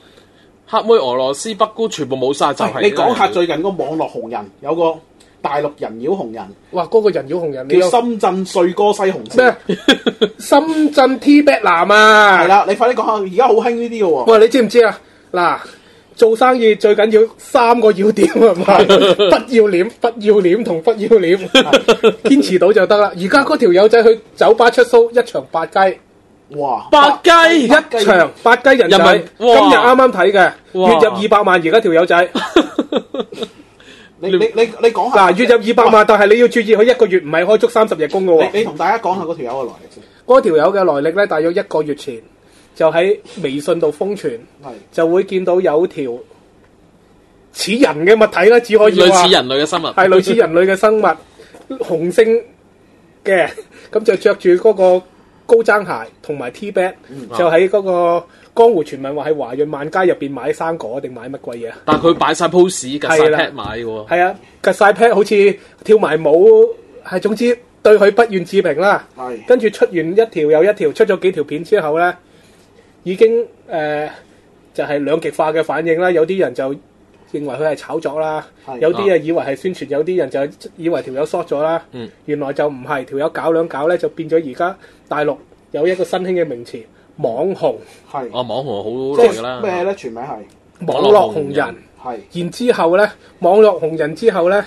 Speaker 4: 黑妹、俄羅斯、北姑全部冇晒，就係
Speaker 1: 喂你講下 最近嗰個網絡紅人，有個大陸人妖紅人
Speaker 3: 哇！嗰個人妖紅人，你有
Speaker 1: 叫深圳帥哥西紅柿，
Speaker 3: 咩？深圳 T back 男啊！
Speaker 1: 係，啦，你快啲講下，而家好興呢啲嘅喎。
Speaker 3: 喂，你知唔知啊？嗱，做生意最緊要三個要點 係嘛？不要臉、不要臉同不要臉，堅持到就得啦。而家嗰條友仔去酒吧出 show，一場八雞。
Speaker 1: 哇！
Speaker 4: 八雞
Speaker 3: 一場八雞人仔，
Speaker 4: 人民
Speaker 3: 今日
Speaker 4: 哇
Speaker 3: 啱啱睇嘅，
Speaker 4: 哇
Speaker 3: 月入二百萬，而家條 友仔，
Speaker 1: 你你你你講下
Speaker 3: 嗱月入二百萬，但係你要注意佢一個月唔係開足三十日工嘅
Speaker 1: 你
Speaker 3: 喎。
Speaker 1: 你同大家講下嗰條友嘅來歷先。
Speaker 3: 嗰條友嘅來歷咧，大約一個月前就喺微信度瘋傳，
Speaker 1: 係
Speaker 3: 就會見到有條似人嘅物體啦，只可以
Speaker 4: 類
Speaker 3: 話
Speaker 4: 似人類嘅生物，
Speaker 3: 係類似人類嘅生物，紅星嘅，咁就着住嗰個高踭鞋同埋 T b a
Speaker 4: 嗯
Speaker 3: g 就喺嗰個江湖傳聞話喺華潤萬佳入邊買生果定買乜鬼嘢啊？
Speaker 4: 但係佢擺晒 pose，夾晒
Speaker 3: 係啦
Speaker 4: pat 買嘅喎。
Speaker 3: 係啊，趌晒 pat 好似跳埋舞，係總之對佢不願置評啦。
Speaker 1: 係
Speaker 3: 跟住出完一條又一條，出咗幾條片之後咧，已經誒、呃就係、兩極化嘅反應啦。有啲人就認為佢係炒作啦，
Speaker 1: 係
Speaker 3: 有啲啊以為係宣傳，有啲人就以為條友 short 咗啦。
Speaker 4: 嗯
Speaker 3: 原來就唔係條友搞兩搞咧，就變咗而家大陸有一個新興嘅名詞網紅、
Speaker 1: 係
Speaker 4: 哦，網紅
Speaker 1: 即
Speaker 4: 好耐㗎
Speaker 1: 係咩
Speaker 4: 啦，
Speaker 1: 咧？全名係
Speaker 3: 網
Speaker 4: 網
Speaker 3: 絡
Speaker 4: 絡
Speaker 3: 紅
Speaker 4: 紅
Speaker 3: 人
Speaker 4: 人。
Speaker 1: 係
Speaker 3: 然之後咧，網絡紅人之後咧，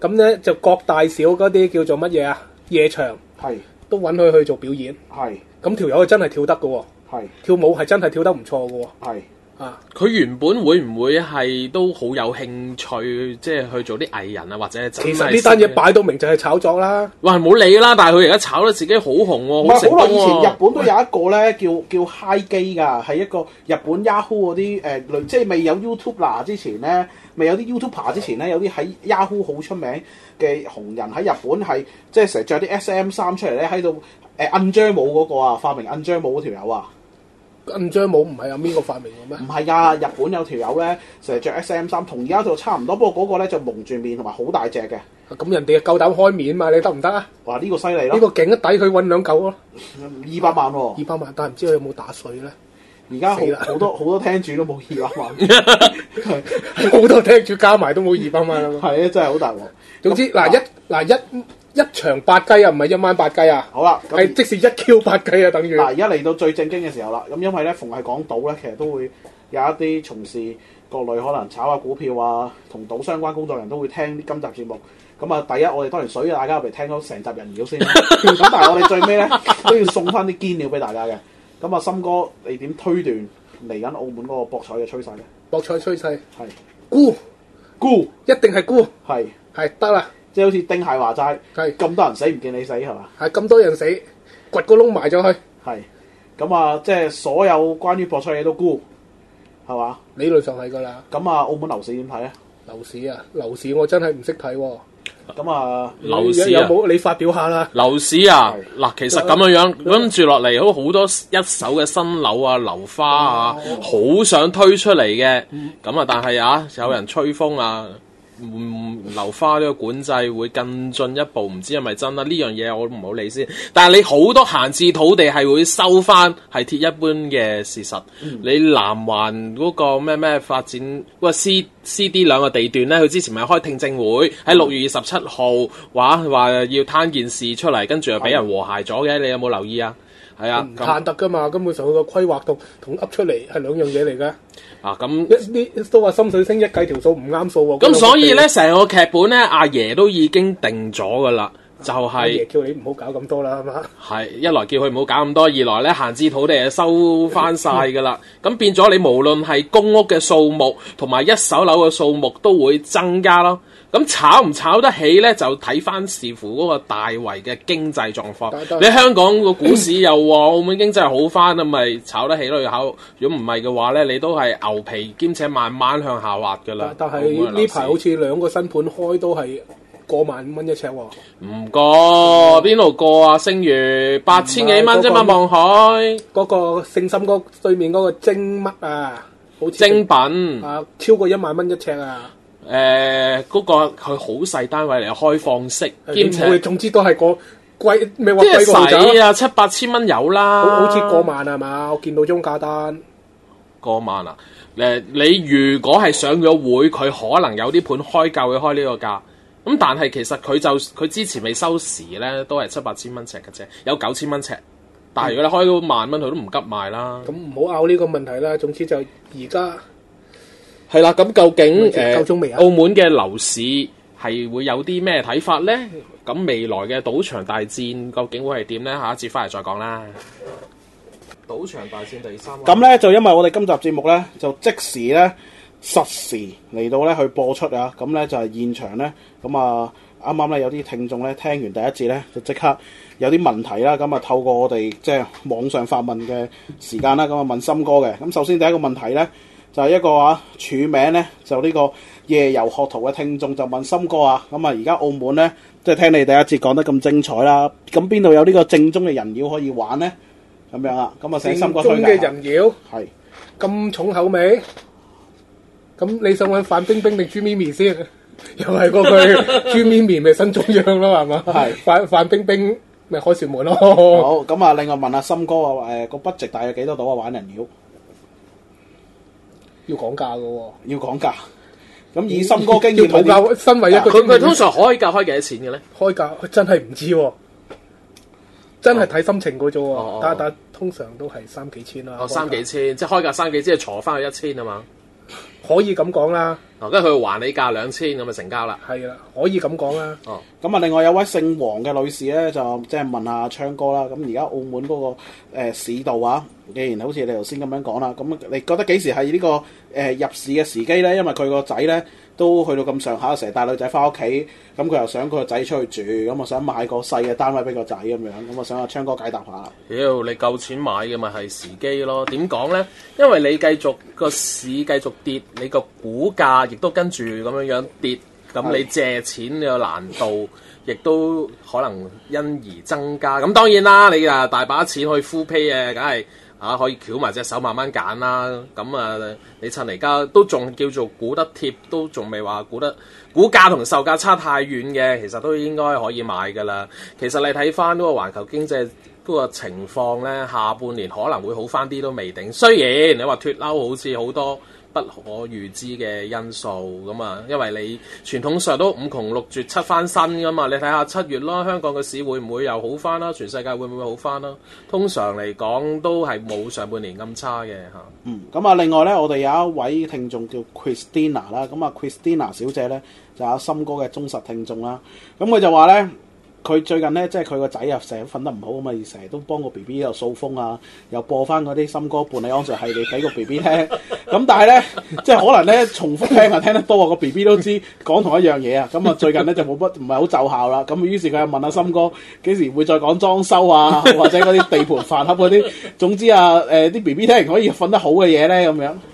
Speaker 3: 咁咧就各大小嗰啲叫做乜嘢啊？夜場
Speaker 1: 係
Speaker 3: 都揾佢去做表演，
Speaker 1: 係
Speaker 3: 咁條友真係跳得嘅喎，
Speaker 1: 係
Speaker 3: 跳舞係真係跳得唔錯嘅喎，
Speaker 1: 係
Speaker 3: 啊，
Speaker 4: 佢原本會唔會係都好有興趣，即係去做啲藝啊人啊，或者係
Speaker 3: 其
Speaker 4: 真
Speaker 3: 實
Speaker 4: 係
Speaker 3: 呢單嘢擺到明就係炒作啦，
Speaker 4: 喂，冇理啦，但係佢而家炒得自己好紅
Speaker 1: 唔
Speaker 4: 喎，好成
Speaker 1: 係
Speaker 4: 功啊
Speaker 1: 好耐以前日
Speaker 4: 喎。
Speaker 1: 本都有一個咧叫叫 Hi 機㗎，係一個日本 Yahoo 嗰啲誒類，即係未有 YouTube 啦之前咧，未有啲 YouTuber 之前咧，有啲喺 Yahoo 好出名嘅紅人喺日本係即係成呃日着啲 SM 衫出嚟咧，喺度誒 u n 舞嗰個啊，發明 u n 舞嗰條友啊，
Speaker 3: 印章帽唔係阿邊個發明嘅咩
Speaker 1: 唔？係㗎，日本有條友咧成日着 S M 衫，同而家就差唔多，不過嗰個咧就蒙住面同埋好大隻嘅。
Speaker 3: 咁人哋夠膽開面嘛，你得唔得啊？
Speaker 1: 哇！呢、個犀利
Speaker 3: 呢
Speaker 1: 咯
Speaker 3: 個，勁一抵佢揾兩嚿咯，
Speaker 1: 二百萬喎、
Speaker 3: 二百萬，但係唔知佢有冇打水咧？
Speaker 1: 而家
Speaker 3: 死啦
Speaker 1: 好好多好多聽住都冇二百萬，
Speaker 3: 好多聽住加埋都冇二百萬啊嘛。
Speaker 1: 係啊，真係啊好大鑊。
Speaker 3: 總之嗱一嗱一一場八雞啊，唔係一晚八雞啊，
Speaker 1: 好啦，咁
Speaker 3: 係即是一 Q 八雞啊，等於
Speaker 1: 嗱，而家嚟到最正經嘅時候啦，咁因為咧，逢係講賭咧，其實都會有一啲從事各類可能炒下股票啊，同賭相關工作人都會聽今集節目。咁啊，第一我哋當然水大家入嚟聽咗成集人妖先啦，咁但係我哋最尾咧都要送翻啲堅料俾大家嘅。咁啊，森哥，你點推斷嚟緊澳門嗰個博彩嘅趨勢咧？
Speaker 3: 博彩趨勢
Speaker 1: 係
Speaker 3: 沽
Speaker 1: 沽
Speaker 3: 一定係沽，
Speaker 1: 係，
Speaker 3: 係得啦，
Speaker 1: 即係好似丁蟹話齋，
Speaker 3: 係
Speaker 1: 咁多人死唔見你死係嘛？
Speaker 3: 係咁多人死，掘個窿埋咗佢，
Speaker 1: 係咁啊，即係所有關於博彩嘢都沽係嘛？
Speaker 3: 理論上係㗎啦。
Speaker 1: 咁啊，澳門樓市點睇咧？
Speaker 3: 樓市啊，樓市我真係唔識睇喎。
Speaker 1: 咁啊，
Speaker 3: 有
Speaker 4: 樓市
Speaker 3: 有
Speaker 4: 啊，
Speaker 3: 冇你發表下啦？
Speaker 4: 樓市啊
Speaker 1: 係，
Speaker 4: 嗱，其實咁樣樣跟住落嚟，好好多一手嘅新樓啊、樓花啊，
Speaker 3: 哦
Speaker 4: 好想推出嚟嘅，咁啊，但係啊，有人吹風啊。嗯樓花呢個管制會更進一步，唔知係咪真啊啦？呢樣嘢我唔好理先。但係你好多閒置土地係會收翻，係鐵一般嘅事實。
Speaker 3: 嗯
Speaker 4: 你南環嗰個咩咩發展嗰個 C C D 兩個地段呢，佢之前咪開聽證會，
Speaker 3: 嗯
Speaker 4: 喺六月二十七號話話要攤件事出嚟，跟住又俾人和諧咗嘅。你有冇留意啊？係啊，
Speaker 3: 唔
Speaker 4: 咁
Speaker 3: 嗯攤得㗎嘛，根本上佢個規劃同同噏出嚟係兩樣嘢嚟㗎。
Speaker 4: 啊咁。
Speaker 3: 一啲都話深水清一計條數唔啱數喎。
Speaker 4: 咁所以呢，成個劇本呢，阿爺都已經定咗噶啦，就
Speaker 3: 阿
Speaker 4: 係、
Speaker 3: 爺叫你唔好搞咁多啦，係嘛？
Speaker 4: 係一來叫佢唔好搞咁多，二來咧閒置土地係收翻晒㗎 啦。咁變咗你無論係公屋嘅數目同埋一手樓嘅數目都會增加咯。咁炒唔炒得起呢？就睇翻視乎嗰個大圍嘅經濟狀況
Speaker 3: 但。但
Speaker 4: 你香港個股市又旺，澳門經濟好翻咁咪炒得起咯。考如果唔係嘅話呢，你都係牛皮兼且慢慢向下滑㗎啦啊
Speaker 3: 但。但
Speaker 4: 澳門
Speaker 3: 係
Speaker 4: 嘅樓
Speaker 3: 呢
Speaker 4: 市
Speaker 3: 排好似兩個新盤開都係過萬蚊一尺喎。
Speaker 4: 唔過邊度過啊？星月八千幾蚊啫嘛，
Speaker 3: 唔係嗰個
Speaker 4: 望海
Speaker 3: 嗰個聖心嗰對面嗰個精乜啊，好似
Speaker 4: 精品。
Speaker 3: 啊超過一萬蚊一尺啊！
Speaker 4: 誒嗰、個佢好細單位嚟，開放式，兼
Speaker 3: 你唔會
Speaker 4: 且
Speaker 3: 總之都係個貴，咪話
Speaker 4: 即
Speaker 3: 貴過豪
Speaker 4: 係使
Speaker 3: 宅，
Speaker 4: 啊七八千蚊有啦，
Speaker 3: 好好似過萬係嘛？我見到中價單。
Speaker 4: 過萬啊！誒、你如果係上咗會，佢可能有啲盤開價會開呢個價。咁但係其實佢就佢之前未收時咧，都係七八千蚊尺嘅啫，有九千蚊尺。但係如果你開到萬蚊，佢都唔急賣啦。
Speaker 3: 咁唔好拗呢個問題啦。總之就而家
Speaker 4: 係啦，咁究竟
Speaker 3: 咪
Speaker 4: 誒
Speaker 3: 夠鐘未啊
Speaker 4: 澳門嘅樓市係會有啲咩睇法呢？咁未來嘅賭場大戰究竟會係點呢？下一節翻嚟再講啦。賭場大戰第三啊
Speaker 1: 咁咧就因為我哋今集節目咧就即時咧實時嚟到咧去播出啊，咁咧就係現場咧，咁啊啱啱咧有啲聽眾咧聽完第一節咧就即刻有啲問題啦，咁啊透過我哋即係網上發問嘅時間啦，咁啊問森哥嘅，咁首先第一個問題咧。就係一個啊署名咧，就呢個夜遊學徒嘅聽眾就問森哥啊，咁啊而家澳門咧，即係聽你第一節講得咁精彩啦，咁邊度有呢個正宗嘅人妖可以玩咧？咁樣啊，咁啊請
Speaker 3: 正
Speaker 1: 森哥推
Speaker 3: 宗
Speaker 1: 介
Speaker 3: 嘅
Speaker 1: 下。
Speaker 3: 人妖
Speaker 1: 係
Speaker 3: 咁重口味，咁你想揾范冰冰定朱咪咪先？ 又係嗰 句朱咪咪咪新中央咯，係嘛？
Speaker 1: 係
Speaker 3: 范范冰冰咪開旋門咯。
Speaker 1: 好咁啊！另外問下森哥啊，誒個 budget 大約幾多度啊？玩人妖
Speaker 3: 要講價嘅喎。
Speaker 1: 要講價。咁以森哥經驗
Speaker 3: 嗯要討
Speaker 1: 嗰啲，
Speaker 3: 價，身為一個
Speaker 4: 啊佢佢
Speaker 3: 經
Speaker 4: 通
Speaker 3: 理
Speaker 4: 常開價開幾多錢嘅呢？
Speaker 3: 開價真係唔知喎。真係睇心情嘅啫
Speaker 4: 哦
Speaker 3: 喎，但但通常都係三幾千啦。
Speaker 4: 哦，
Speaker 3: 開價
Speaker 4: 三幾千，即係開價三幾千，坐翻去一千啊嘛。
Speaker 3: 可以咁講啦，
Speaker 4: 哦，跟住佢還你價兩千，咁咪成交啦。
Speaker 3: 係啦，可以咁講啦。
Speaker 1: 咁啊，另外有位姓黃嘅女士咧，就即係問下昌哥啦。咁而家澳門嗰、個、呃、市道啊，既然好似你頭先咁樣講啦，咁啊你覺得幾時係呢、個誒、呃入市嘅時機咧？因為佢個仔咧都去到咁上下，成日帶女仔翻屋企，咁佢又想佢個仔出去住，咁啊想買個細嘅單位俾個仔咁樣，咁啊想阿昌哥解答下。
Speaker 4: 屌，你夠錢買嘅咪係時機咯？點講呢？因為你繼續個市繼續跌，你個股價亦都跟住咁樣樣跌，咁你借錢嘅難度亦都可能因而增加。咁當然啦，你啊大把錢去 full pay 嘅，梗係啊可以翹埋隻手慢慢揀啦。咁啊，你趁而家都仲叫做估得貼，都仲未話估得股價同售價差太遠嘅，其實都應該可以買㗎啦。其實你睇翻嗰個環球經濟。嗰個情況咧，下半年可能會好翻啲都未定。雖然你話脱歐好似好多不可預知嘅因素咁啊，因為你傳統上都五窮六絕七翻身噶嘛，你睇下七月啦，香港嘅市會唔會又好翻啦？全世界會唔會好翻啦？通常嚟講都係冇上半年咁差嘅嚇。
Speaker 1: 嗯，咁啊，另外咧，我哋有一位聽眾叫 Christina 啦，咁啊，Christina 小姐咧就有森哥嘅忠實聽眾啦。咁佢就話咧，佢最近咧，即係佢個仔啊，成日瞓得唔好啊嘛，而成日都幫個 B B 又掃風啊，又播翻嗰啲森哥伴你安睡系列俾個 B B 聽。 咁但係咧，即係可能咧重複聽啊，聽得多啊，個 B B 都知講同一樣嘢啊。咁啊，最近咧就冇乜唔係好奏效啦。咁於是佢又問阿森哥幾時會再講裝修啊， 或者嗰啲地盤飯盒嗰啲，總之啊，誒啲 B B 聽完可以瞓得好嘅嘢咧，咁樣。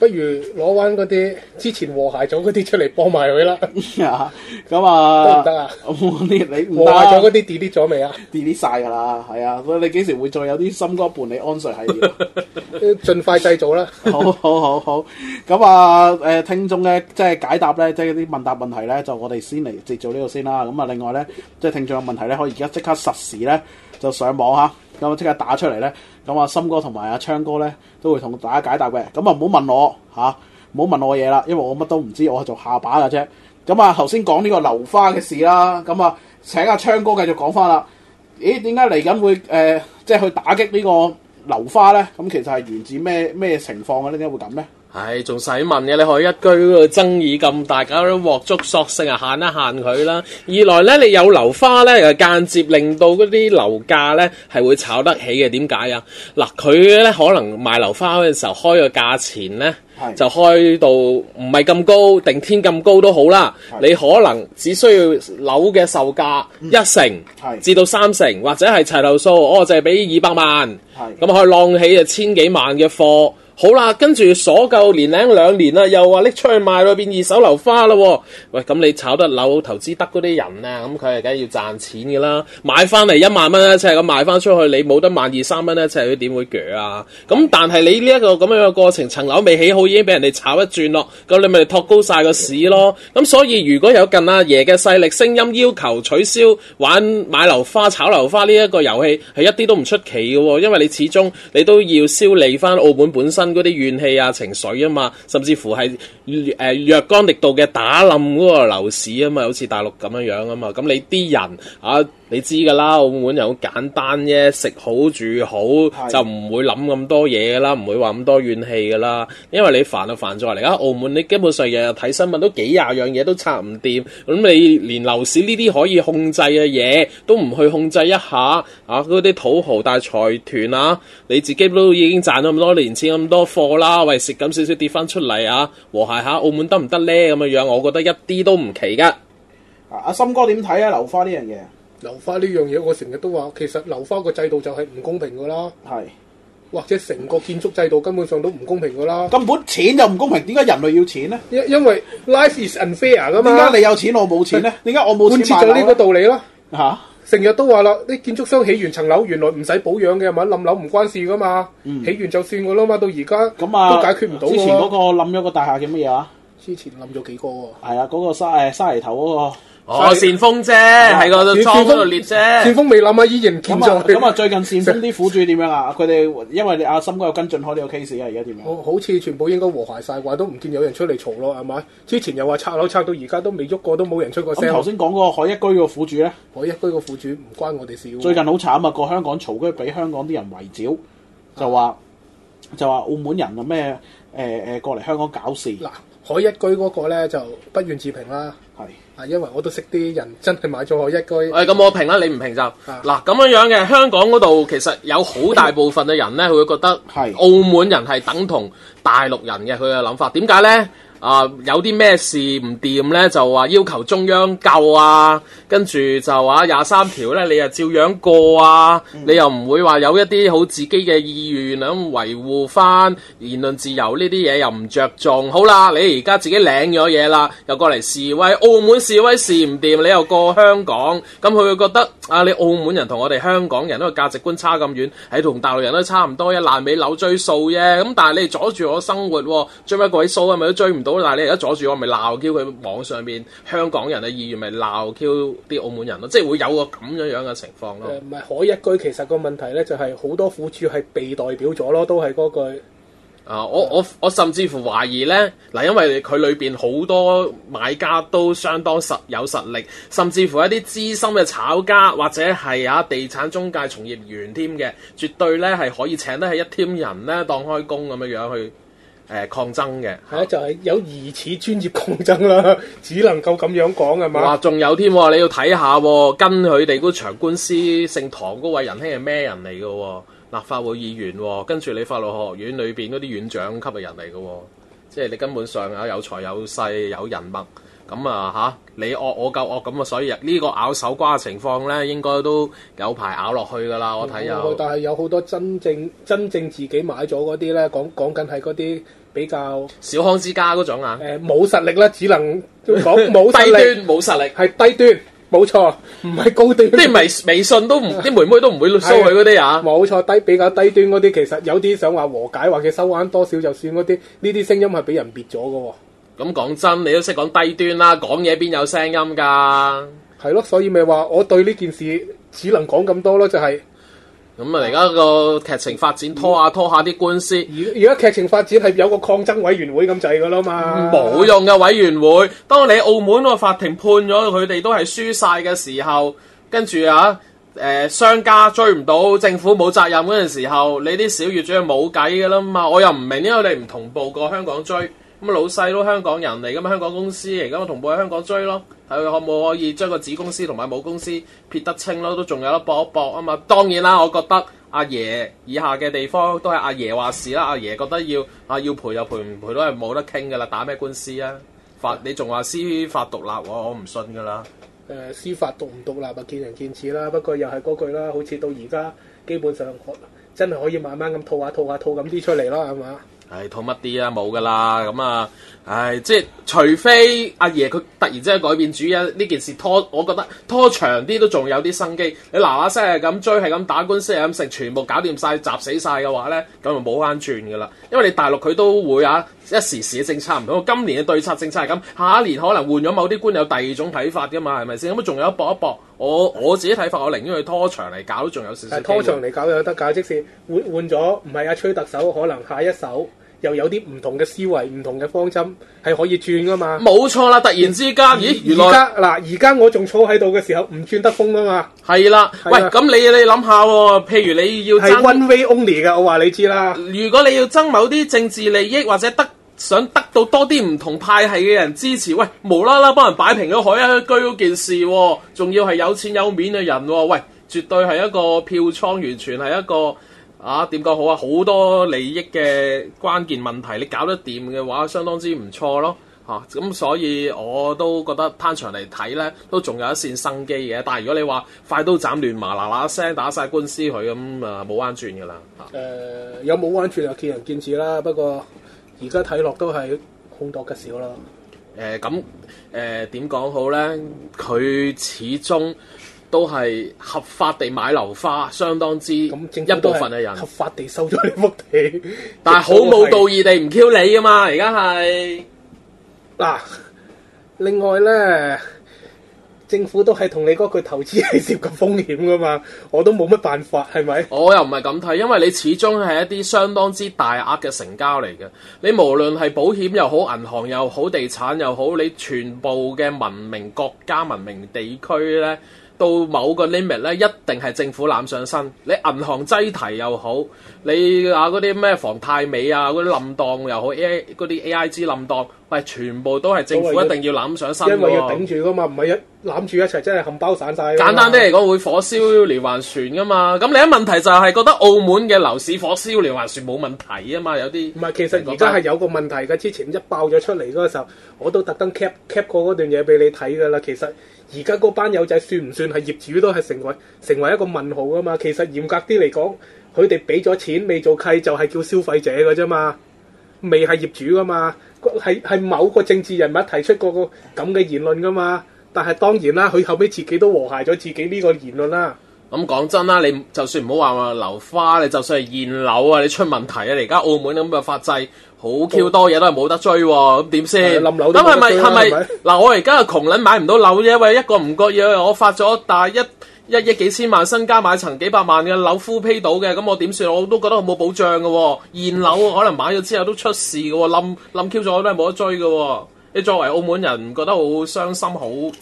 Speaker 3: 不如攞翻嗰啲之前和諧咗嗰啲出嚟幫埋佢啦。
Speaker 1: 啊，咁啊，
Speaker 3: 得唔得啊
Speaker 1: 我 你你
Speaker 3: 和
Speaker 1: 唔得啊
Speaker 3: 諧咗嗰啲 delete 咗未啊？
Speaker 1: delete 晒㗎啦，係啊，所以你幾時會再有啲森哥伴你安睡系列啊？
Speaker 3: 盡快製造啦。
Speaker 1: 好好好好，咁啊誒聽眾咧，即係解答咧，即係啲問答問題咧，就我哋先嚟接做呢度先啦。咁啊，另外咧，即係聽眾嘅問題咧，可以而家即刻實時咧就上網嚇，咁啊即刻打出嚟咧，咁啊森哥同埋阿昌哥咧都會同大家解答嘅。咁啊唔好問我嚇，唔、好問我嘢啦，因為我乜都唔知，我係做下巴嘅啫。咁啊頭先講呢個流花嘅事啦，咁啊請阿昌哥繼續講翻啦。咦，點解嚟緊會誒、呃即係去打擊呢個流花咧？咁其實係源自咩咩情況嘅咧？點解會咁咧？
Speaker 4: 唉，仲使問嘅？你可以一句嗰個爭議咁大，搞到鑊足索性啊，限一限佢啦。二來咧，你有樓花咧，又間接令到嗰啲樓價咧係會炒得起嘅。點解啊？嗱，佢咧可能賣樓花嘅時候開個價錢咧
Speaker 1: 係，
Speaker 4: 就開到唔係咁高，定天咁高都好啦。
Speaker 1: 係
Speaker 4: 你可能只需要樓嘅售價一
Speaker 1: 係
Speaker 4: 成至到三成，或者係齊頭數，我就係俾二百萬。
Speaker 1: 係
Speaker 4: 咁可以浪起就千幾萬嘅貨。好啦，跟住所夠年零兩年啦，又話拎出去賣咯，變二手樓花啦、喎。喂，咁你炒得樓投資得嗰啲人啊，咁佢係梗係要賺錢嘅啦。買翻嚟一萬蚊一尺，咁賣翻出去你冇得萬二三蚊一尺，佢點會鋸啊？咁但係你呢一個咁樣嘅過程，層樓未起好已經俾人哋炒一轉咯，咁你咪托高晒個市咯。咁所以如果有近阿爺嘅勢力聲音要求取消玩買樓花、炒樓花呢一個遊戲，係一啲都唔出奇嘅喎、因為你始終你都要消弭翻澳門本身嗰啲怨氣啊、情緒啊嘛，甚至乎係誒、呃若干力度嘅打冧嗰個樓市啊嘛，好似大陸咁樣樣啊嘛，咁你啲人啊〜你知㗎啦，澳門又好簡單啫，食好住好
Speaker 1: 係
Speaker 4: 就唔會諗咁多嘢㗎啦，唔會話咁多怨氣㗎啦。因為你煩就煩在嚟家澳門，你基本上日日睇新聞都幾廿樣嘢都拆唔掂，咁你連樓市呢啲可以控制嘅嘢都唔去控制一下啊！嗰啲土豪大財團啊，你自己都已經賺咗咁多年錢咁多貨啦，喂食咁少少跌翻出嚟啊，和諧下澳門得唔得呢？咁樣樣，我覺得一啲都唔奇㗎。
Speaker 1: 啊，阿森哥點睇啊？流花呢樣嘢
Speaker 3: 留花呢樣嘢，我成日都話，其實留花個制度就係唔公平噶啦，
Speaker 1: 係
Speaker 3: 或者成個建築制度根本上都唔公平噶啦。
Speaker 1: 根本錢就唔公平，點解人類要錢咧？
Speaker 3: 因因為 life is unfair 噶
Speaker 1: 點
Speaker 3: 嘛，
Speaker 1: 解你有錢我冇錢咧？點解我冇
Speaker 3: 啊貫
Speaker 1: 錢買
Speaker 3: 徹咗呢
Speaker 1: 樓啊
Speaker 3: 個
Speaker 1: 呢
Speaker 3: 道理啦。
Speaker 1: 嚇？
Speaker 3: 成日都話啦，啲建築商起完層樓，原來唔使保養嘅，係咪冧樓唔關事噶嘛，起完就算噶啦嘛，到而家
Speaker 1: 嗯咁啊，
Speaker 3: 都解決唔到
Speaker 1: 之前嗰
Speaker 3: 喎。
Speaker 1: 個冧咗個大廈叫乜嘢啊？
Speaker 3: 之前冧咗幾個喎，
Speaker 1: 係啊，嗰個沙誒沙梨頭嗰個。
Speaker 4: 哦，
Speaker 3: 所以
Speaker 4: 善風啫，喺個
Speaker 3: 你
Speaker 4: 倉嗰度
Speaker 3: 見
Speaker 4: 列啫。
Speaker 3: 旋風未冧啊，依然健
Speaker 1: 咁啊
Speaker 3: 在。
Speaker 1: 咁啊，最近善豐啲苦主點樣啊？佢哋因為你阿森哥有跟進開呢個 case 啊，而家點樣？
Speaker 3: 好好似全部應該和諧晒啩，都唔見有人出嚟嘈咯，係咪？之前又話拆樓拆到而家都未喐過，都冇人出過
Speaker 1: 咁頭
Speaker 3: 聲。
Speaker 1: 先講嗰個海一居個苦主咧，
Speaker 3: 我一居個苦主唔關我哋事喎。
Speaker 1: 最近好慘啊！個香港嘈居俾香港啲人圍剿，就話就話澳門人啊咩誒誒過嚟香港搞事，
Speaker 3: 嗱，海一居嗰個咧就不願置評啦，
Speaker 1: 係
Speaker 3: 啊，因為我都識啲人真係買咗海一居。
Speaker 1: 哎
Speaker 4: 誒咁我評啦，你唔評就嗱咁樣樣嘅。香港嗰度其實有好大部分嘅人咧，佢會覺得
Speaker 1: 係
Speaker 4: 澳門人係等同大陸人嘅佢嘅諗法。點解咧？啊、有啲咩事唔掂咧，就話要求中央救啊，跟住就話廿三條咧，你又照樣過啊，你又唔會話有一啲好自己嘅意願咁維護翻言論自由呢啲嘢又唔着重。好啦，你而家自己領咗嘢啦，又過嚟示威，澳門示威示唔掂，你又過香港，咁佢會覺得啊，你澳門人同我哋香港人都個價值觀差咁遠，喺同大陸人都差唔多嘅，爛尾樓追數啫。咁但係你阻住我生活喎，追乜鬼數啊？咪都追唔到。但係你而家阻住我，咪鬧 Q 佢網上面香港人嘅啊意願，咪鬧 Q 啲澳門人咯，即係會有個咁樣樣嘅情況咯。
Speaker 3: 誒唔係可一居，其實個問題咧就係好多苦主係被代表咗咯，都係嗰句。
Speaker 4: 啊！我我我甚至乎懷疑呢，嗱，因為佢裏邊好多買家都相當實有實力，甚至乎一啲資深嘅炒家或者係啊地產中介從業員添嘅，絕對呢係可以請得起一 team 人呢當開工咁樣樣去誒、呃抗爭嘅。
Speaker 3: 係啊，就係、有疑似專業抗爭啦， 只能夠咁樣講係嘛
Speaker 4: 哇！？仲有添喎，你要睇下喎，跟佢哋嗰場官司姓唐嗰位仁兄係咩人嚟嘅喎？立法會議員喎，跟住你法律學院裏邊嗰啲院長級嘅人嚟嘅喎，即係你根本上啊有財有勢有人脈，咁啊吓，你惡我夠惡咁啊，所以呢個咬手瓜嘅情況呢，應該都有排咬落去㗎
Speaker 3: 嗯
Speaker 4: 啦，我
Speaker 1: 啊
Speaker 4: 睇有。
Speaker 3: 啊但係有好多真正真正自己買咗嗰啲咧，講講緊係嗰啲比較
Speaker 4: 小康之家嗰種啊，
Speaker 3: 誒呃冇、實力啦，只能講冇
Speaker 4: 低
Speaker 3: 實力
Speaker 4: 端冇實 力。
Speaker 3: 係低端，冇錯，唔係高端。
Speaker 4: 啲微微信都唔，啲妹妹都唔會 show 佢嗰啲啊。
Speaker 3: 冇錯，低比較低端嗰啲，其實有啲想話和解或者收翻多少就算嗰啲，呢啲聲音係俾人滅咗嘅喎。
Speaker 4: 咁講真，你都識講低端啦，講嘢邊有聲音㗎？啊
Speaker 3: 係咯，所以咪話我對呢件事只能講咁多咯，就係、
Speaker 4: 咁啊，而家個劇情發展拖下拖下啲官司，
Speaker 3: 而而家劇情發展係有個抗爭委員會咁滯噶啦嘛，
Speaker 4: 冇用嘅委員會。當你澳門個法庭判咗佢哋都係輸晒嘅時候，跟住啊，誒、商家追唔到，政府冇責任嗰陣時候，你啲小業主係冇計㗎啦嘛。我又唔明點解你唔同步過香港追，咁啊老細都香港人嚟，咁香港公司嚟，咁同步喺香港追咯。睇佢可唔可以將個子公司同埋母公司撇得清咯，都仲有得搏一搏啊嘛。當然啦，我覺得阿爺以下嘅地方都係阿爺話事啦。阿爺覺得要啊要賠就賠，唔賠都係冇得傾噶啦，打咩官司啊？法你仲話司法獨立，我我唔信噶啦。
Speaker 3: 誒、司法獨唔獨立啊，見仁見智啦。不過又係嗰句啦，好似到而家基本上可真係可以慢慢咁套下套下套咁啲出嚟啦，係嘛？
Speaker 4: 唉，討乜啲啊，冇噶啦，咁啊，唉，即係除非阿爺佢突然之間改變主意，呢件事拖，我覺得拖長啲都仲有啲生機。你嗱嗱聲係咁追，係咁打官司，係咁食，全部搞掂晒，集死晒嘅話咧，咁就冇彎轉噶啦。因為你大陸佢都會啊，一時時嘅政策唔同，今年嘅對策政策係咁，下一年可能換咗某啲官有第二種睇法噶嘛，係咪先？咁仲有一搏一搏，我我自己睇法，我寧願去拖長嚟搞，都仲有少少
Speaker 3: 誒拖
Speaker 4: 機會
Speaker 3: 長嚟搞有得搞，即使換換咗唔係阿崔特首，可能下一手又有啲唔同嘅思維、唔同嘅方針係可以轉噶嘛。
Speaker 4: 啊冇錯啦，突然之間，咦，原
Speaker 3: 而
Speaker 4: 來。
Speaker 3: 家嗱，而家我仲坐喺度嘅時候，唔轉得風啊嘛，
Speaker 4: 係啦，
Speaker 3: 係
Speaker 4: 喂，
Speaker 3: 啦
Speaker 4: 咁你你諗下喎，譬如你要
Speaker 3: 係
Speaker 4: 爭，啊
Speaker 3: one way only 嘅，我話你知啦。
Speaker 4: 如果你要爭某啲政治利益或者得想得到多啲唔同派系嘅人支持，喂，無啦啦幫人擺平咗海一居嗰件事喎，仲要係有錢有面嘅人喎，喂，絕對係一個票倉，完全係一個。啊，點講好啊？好多利益嘅關鍵問題，你搞得掂嘅話，相當之唔錯咯。嚇、咁所以我都覺得攤長嚟睇呢，都仲有一線生機嘅。但係如果你話快刀斬亂麻嗱嗱聲打晒官司佢咁啊，冇彎轉噶啦嚇。
Speaker 3: 誒、有冇彎轉就見仁見智啦。不過而家睇落都係空多吉少啦。
Speaker 4: 誒咁誒點講好呢？佢始終都係合法地買樓花，相當之一
Speaker 3: 咁政府
Speaker 4: 部
Speaker 3: 都係
Speaker 4: 分嘅人
Speaker 3: 合，法地收咗呢幅地，
Speaker 4: 但係好冇道義地唔 Q 你啊嘛！而家係。
Speaker 3: 嗱。另外咧，政府都係同你嗰句投資係涉及風險噶嘛，我都冇乜辦法，係咪？
Speaker 4: 我又唔係咁睇，因為你始終係一啲相當之大額嘅成交嚟嘅。你無論係保險又好、銀行又好、地產又好，你全部嘅文明國家、文明地區呢，到某個 limit 咧，一定係政府攬上身。你銀行擠提又好，你啊嗰啲咩房太美啊嗰啲冧檔又好，A 嗰啲 AIG 冧檔，喂，全部都係政府
Speaker 3: 都係
Speaker 4: 一
Speaker 3: 要
Speaker 4: 定要攬上身
Speaker 3: 因為要
Speaker 4: 喎
Speaker 3: 頂。住噶嘛，唔係一攬住一齊真係啊冚包散晒㗎嘛。
Speaker 4: 簡單啲嚟講，會火燒連環船噶嘛。咁另一問題就係覺得澳門嘅樓市火燒連環船冇問題啊嘛，有啲
Speaker 3: 唔係，其實而家係有個問題嘅。之前一爆咗出嚟嗰個時候，我都特登 cap cap 過嗰段嘢俾你睇㗎啦。其實而家嗰班友仔算唔算係業主都係成為成為一個問號㗎嘛？其實嚴格啲嚟講，佢哋俾咗錢未做契就係叫消費者㗎啫嘛，未係業主㗎嘛。個係係某個政治人物提出過個咁嘅言論㗎嘛。但係當然啦，佢後尾自己都和諧咗自己呢個言論啦。
Speaker 4: 咁講真啦，你就算唔好話話樓花，你就算係現樓啊，你出問題啊！你而家澳門咁嘅法制，好 Q 多嘢都係冇得追喎、咁點先？
Speaker 3: 哦係冧
Speaker 4: 咁
Speaker 3: 樓都
Speaker 4: 係
Speaker 3: 冇得
Speaker 4: 咪
Speaker 3: 追
Speaker 4: 係
Speaker 3: 啦啊係
Speaker 4: 咪
Speaker 3: 咪
Speaker 4: 嗱？我而家係窮撚買唔到樓啫，喂，一個唔覺意我發咗大一一億幾千萬身家買層幾百萬嘅樓 full pay 到嘅，咁我點算？我都覺得我冇保障嘅喎、現樓可能買咗之後都出事嘅喎、冧冧 Q 咗都係冇得追嘅喎、你作為澳門人，唔覺得好傷心，好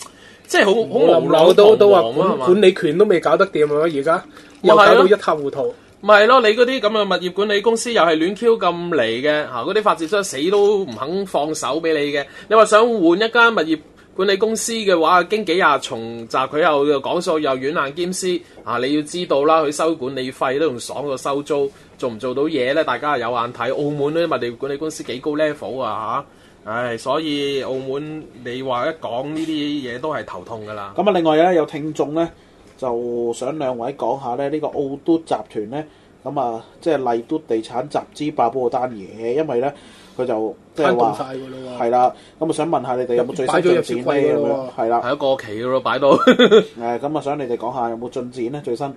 Speaker 4: 即係好好無
Speaker 3: 冧
Speaker 4: 奈
Speaker 3: 嗯樓都都話
Speaker 4: 彷徨啊係
Speaker 3: 管
Speaker 4: 嘛
Speaker 3: 管理權都未搞得掂啊！而家
Speaker 4: 咪係
Speaker 3: 又搞
Speaker 4: 咯
Speaker 3: 到一塌糊塗。
Speaker 4: 咪係咯，你嗰啲咁嘅物業管理公司又係亂 Q 咁嚟嘅嚇，嗰啲發展商死都唔肯放手俾你嘅。你話想換一間物業管理公司嘅話，經幾廿重閘，佢又又講數又軟硬兼施啊！你要知道啦，佢收管理費都仲爽過收租，做唔做到嘢咧？大家有眼睇。澳門呢啲物業管理公司幾高 level 啊嚇！唉，所以澳門你話一講呢啲嘢都係頭痛噶啦。
Speaker 1: 咁啊，另外咧有聽眾咧就想兩位講下咧呢、個奧都集團咧，咁啊即係麗都地產集資爆煲嗰單嘢，因為咧佢就即係
Speaker 3: 攤凍晒
Speaker 1: 話
Speaker 3: 㗎咯喎
Speaker 1: 係啦，咁啊想問下你哋有冇最
Speaker 3: 擺咗
Speaker 1: 新
Speaker 3: 入雪
Speaker 1: 進
Speaker 3: 櫃
Speaker 1: 展咧？
Speaker 3: 㗎
Speaker 1: 咁
Speaker 3: 咯
Speaker 1: 樣係啦，
Speaker 4: 係一個期咯，擺到
Speaker 1: 誒咁啊想你哋講下有冇進展咧？最新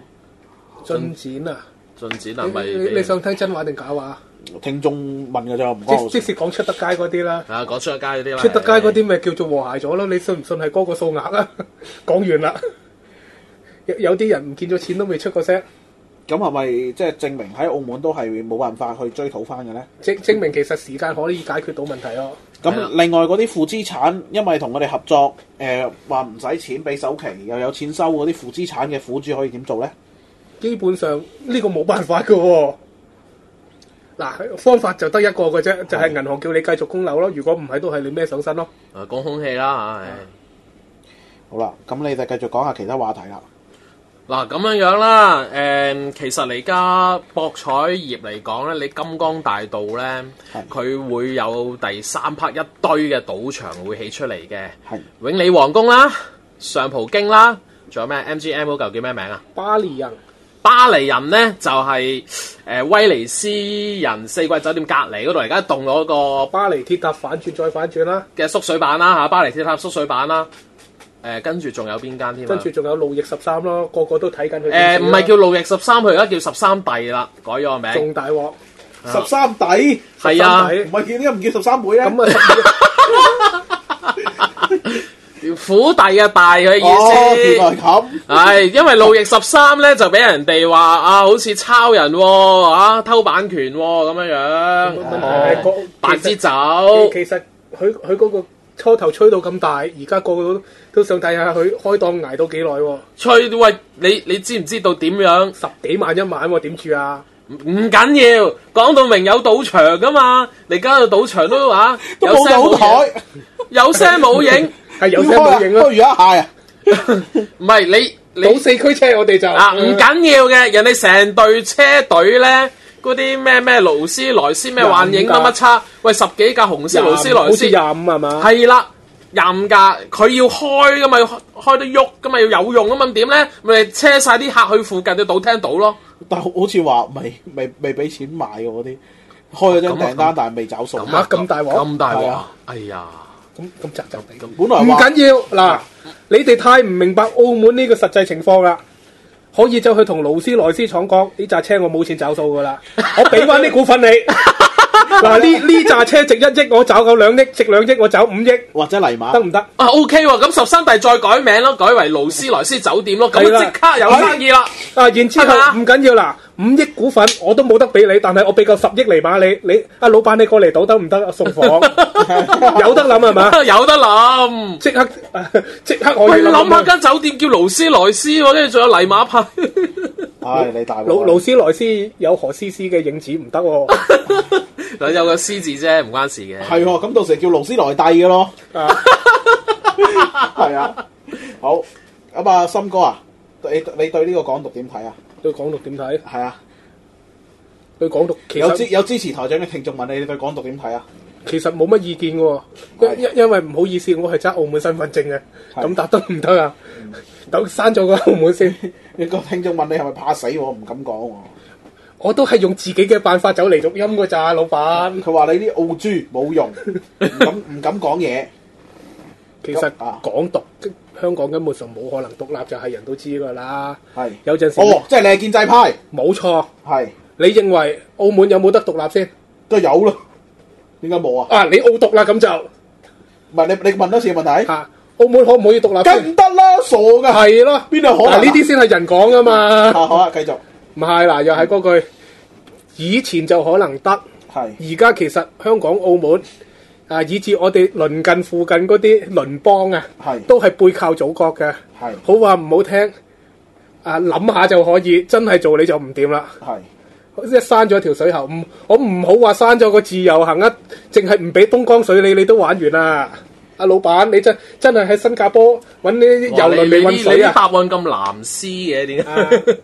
Speaker 3: 進展啊！
Speaker 4: 進展係咪
Speaker 3: 你
Speaker 4: 俾？
Speaker 3: 你想聽真話定假話？
Speaker 1: 聽眾問嘅咋，唔關
Speaker 3: 即
Speaker 1: 我
Speaker 3: 即
Speaker 1: 事。
Speaker 3: 是講出得街嗰啲啦，
Speaker 4: 啊，講出街嗰啲啦，
Speaker 3: 出得街嗰啲咪叫做和諧咗咯？你信唔信係嗰個數額啊？ 講完啦，有有啲人唔見咗錢都未出過聲，
Speaker 1: 咁係咪即係證明喺澳門都係冇辦法去追討翻嘅咧？
Speaker 3: 證證明其實時間可以解決到問題咯。
Speaker 1: 咁
Speaker 4: 係啦
Speaker 1: 另外嗰啲負資產，因為同我哋合作，誒話唔使錢俾首期，又有錢收嗰啲負資產嘅苦主可以點做咧？
Speaker 3: 基本上呢、個冇辦法嘅喎。嗱，方法就得一個嘅啫，就係、銀行叫你繼續供樓咯。如果唔係，都係你孭上身咯。
Speaker 4: 啊，講空氣啦嚇，
Speaker 1: 好啦，咁你哋繼續講下其他話題啦。
Speaker 4: 嗱咁樣樣啦，誒、其實而家博彩業嚟講咧，你金光大道咧，
Speaker 1: 係
Speaker 4: 佢會有第三 part 一堆嘅賭場會起出嚟嘅，
Speaker 1: 係
Speaker 4: 永利皇宮啦、上葡京啦，仲有咩 MGM 嗰嚿叫咩名啊？
Speaker 3: 巴黎人
Speaker 4: 巴黎人呢，就係、呃威尼斯人四季酒店隔離嗰度，而家動咗個
Speaker 3: 巴黎鐵塔反轉再反轉啦，
Speaker 4: 嘅縮水版啦嚇，巴黎鐵塔縮水版啦，誒、跟住仲有邊間添啊
Speaker 3: 跟住仲有路易十三咯，個個都睇緊佢件事啦。
Speaker 4: 誒唔係叫路易十三，佢而家叫十三弟啦，改咗個名。
Speaker 3: 仲大鑊，啊
Speaker 1: 十三底
Speaker 4: 係啊
Speaker 3: 十三，弟
Speaker 1: 係叫點解唔叫十三妹咧
Speaker 3: 咁啊十二。
Speaker 4: 虎弟嘅大嘅
Speaker 1: 哦，原
Speaker 4: 意
Speaker 1: 來
Speaker 4: 思。
Speaker 1: 咁，
Speaker 4: 唉，因為路易十三咧就俾人哋話啊，好似抄人喎、啊，偷版權喎、咁樣樣，
Speaker 3: 問題係個-
Speaker 4: 扮支
Speaker 3: 哦
Speaker 4: 酒。
Speaker 3: 其實-其-其實佢-佢嗰個初頭吹到咁大，而家個個都-都想睇下佢開檔捱到幾耐喎，十幾萬一晚喎，點住啊？
Speaker 4: 吹喂，你你知唔知道點樣？
Speaker 3: 啊
Speaker 4: 唔唔緊要，講到明有賭場噶嘛，你而家個賭場都話
Speaker 1: 都
Speaker 4: 有
Speaker 1: 冇
Speaker 4: 聲
Speaker 1: 到
Speaker 4: 冇
Speaker 1: 台
Speaker 4: 影，，有聲冇影，
Speaker 1: 要
Speaker 3: 啊係有聲冇影啊，
Speaker 1: 不如一下啊！
Speaker 4: 唔係你你
Speaker 3: 倒四驅車我哋就，
Speaker 4: 啊，唔緊要嘅，人哋成隊車隊咧，嗰啲咩咩勞斯萊斯咩幻影
Speaker 3: 廿五架
Speaker 4: 乜乜叉，喂十幾架紅色勞斯萊斯，
Speaker 3: 好似廿五係嘛？
Speaker 4: 係啦，廿五架，佢要開噶嘛，要開開得喐噶嘛，要有用噶嘛，咁點咧？咪車晒啲客去附近嘅賭廳賭咯。
Speaker 1: 但好似話未未未俾錢買嘅嗰啲，開咗張訂單但係未找數。
Speaker 3: 啊咁啊咁大鑊
Speaker 4: 咁
Speaker 1: 係
Speaker 4: 大鑊
Speaker 1: 啊！
Speaker 4: 哎呀，
Speaker 3: 咁-咁雜雜地。
Speaker 1: 本來話
Speaker 3: 唔緊要，嗱，你哋太唔明白澳門呢個實際情況啦，可以走去同勞斯萊斯廠講，呢扎車我冇錢找數㗎啦，我俾返啲股份你。嗱，呢-呢扎車值一億，我找夠兩億，值兩億，我找五億。
Speaker 1: 或者泥馬
Speaker 3: 得，唔得？
Speaker 4: 啊 OK 喎，咁十三弟再改名咯，改為勞斯萊斯酒店咯，咁啊
Speaker 3: 係啦
Speaker 4: 即刻有生意啦。
Speaker 3: 啊，然之後
Speaker 4: 係嘛
Speaker 3: 唔緊要啦，唔五億股份我都冇得俾你，但係我俾夠十億嚟買你，你啊老闆你過嚟賭得唔得啊？送房有得諗係嘛？
Speaker 4: 有得諗。
Speaker 3: 即刻 即刻我
Speaker 4: 喂，
Speaker 3: 要
Speaker 4: 你諗下
Speaker 3: 諗
Speaker 4: 間酒店叫勞斯萊斯喎，跟住仲有泥馬派，
Speaker 1: 唉，你大鑊啦
Speaker 3: 老勞斯萊斯有何詩詩嘅影子唔 得喎，
Speaker 4: 嗱有個獅字啫，唔關事嘅。
Speaker 1: 係喎，咁到時叫勞斯萊蒂嘅咯，
Speaker 3: 啊
Speaker 1: 係啊，好，咁啊，森哥啊，你你對呢個港獨點睇啊？
Speaker 3: 對港獨點睇？
Speaker 1: 係啊，
Speaker 3: 對港獨其
Speaker 1: 有支
Speaker 3: 實
Speaker 1: 有支持台長嘅聽眾問你，你對港獨點睇啊？
Speaker 3: 其實冇乜意見喎，因因因為唔好意思，我係揸澳門身份證嘅，
Speaker 1: 係嗯
Speaker 3: 咁答得唔得啊？等刪咗個澳門先，
Speaker 1: 呢個聽眾問你係咪怕死喎？我唔敢講
Speaker 3: 我都係用自己嘅辦法走嚟錄音㗎咋，老闆。
Speaker 1: 喎。佢話你啲澳豬冇用，唔 敢唔敢講嘢。
Speaker 3: 其實
Speaker 1: 啊
Speaker 3: 港獨香港根本上冇可能獨立，就係人都知㗎啦。
Speaker 1: 係
Speaker 3: 有陣時
Speaker 1: 哦，即係你係建制派，
Speaker 3: 冇錯，
Speaker 1: 係
Speaker 3: 你認為澳門有冇得獨立先？
Speaker 1: 都有啦。點解冇啊？
Speaker 3: 啊，你澳獨啦 咁就
Speaker 1: 唔係你你問多次個問題
Speaker 3: 嚇、，啊澳門可唔可以獨立
Speaker 1: 梗
Speaker 3: 先？
Speaker 1: 唔得啦，傻噶。
Speaker 3: 係咯，
Speaker 1: 邊度可能啊
Speaker 3: 嗱呢啲先係人講噶嘛？
Speaker 1: 啊好啊，繼續
Speaker 3: 唔係嗱，又係嗰句，以前就可能得，而
Speaker 1: 係
Speaker 3: 家其實香港、澳門啊，以至我哋鄰近附近嗰啲鄰邦啊，
Speaker 1: 係
Speaker 3: 都係背靠祖國嘅。
Speaker 1: 係
Speaker 3: 好話唔好聽，啊諗下就可以，真係做你就唔掂啦。
Speaker 1: 係
Speaker 3: 一閂咗條水喉，唔我唔好話閂咗個自由行啊，淨係唔俾東江水你，你都玩完啦！阿老闆，你真真係喺新加坡揾呢啲
Speaker 4: 哇
Speaker 3: 遊輪
Speaker 4: 你
Speaker 3: 嚟
Speaker 4: 你
Speaker 3: 運
Speaker 4: 啲你
Speaker 3: 水
Speaker 4: 啲
Speaker 3: 啊！
Speaker 4: 答案咁藍絲嘅點
Speaker 3: 啊
Speaker 4: 解？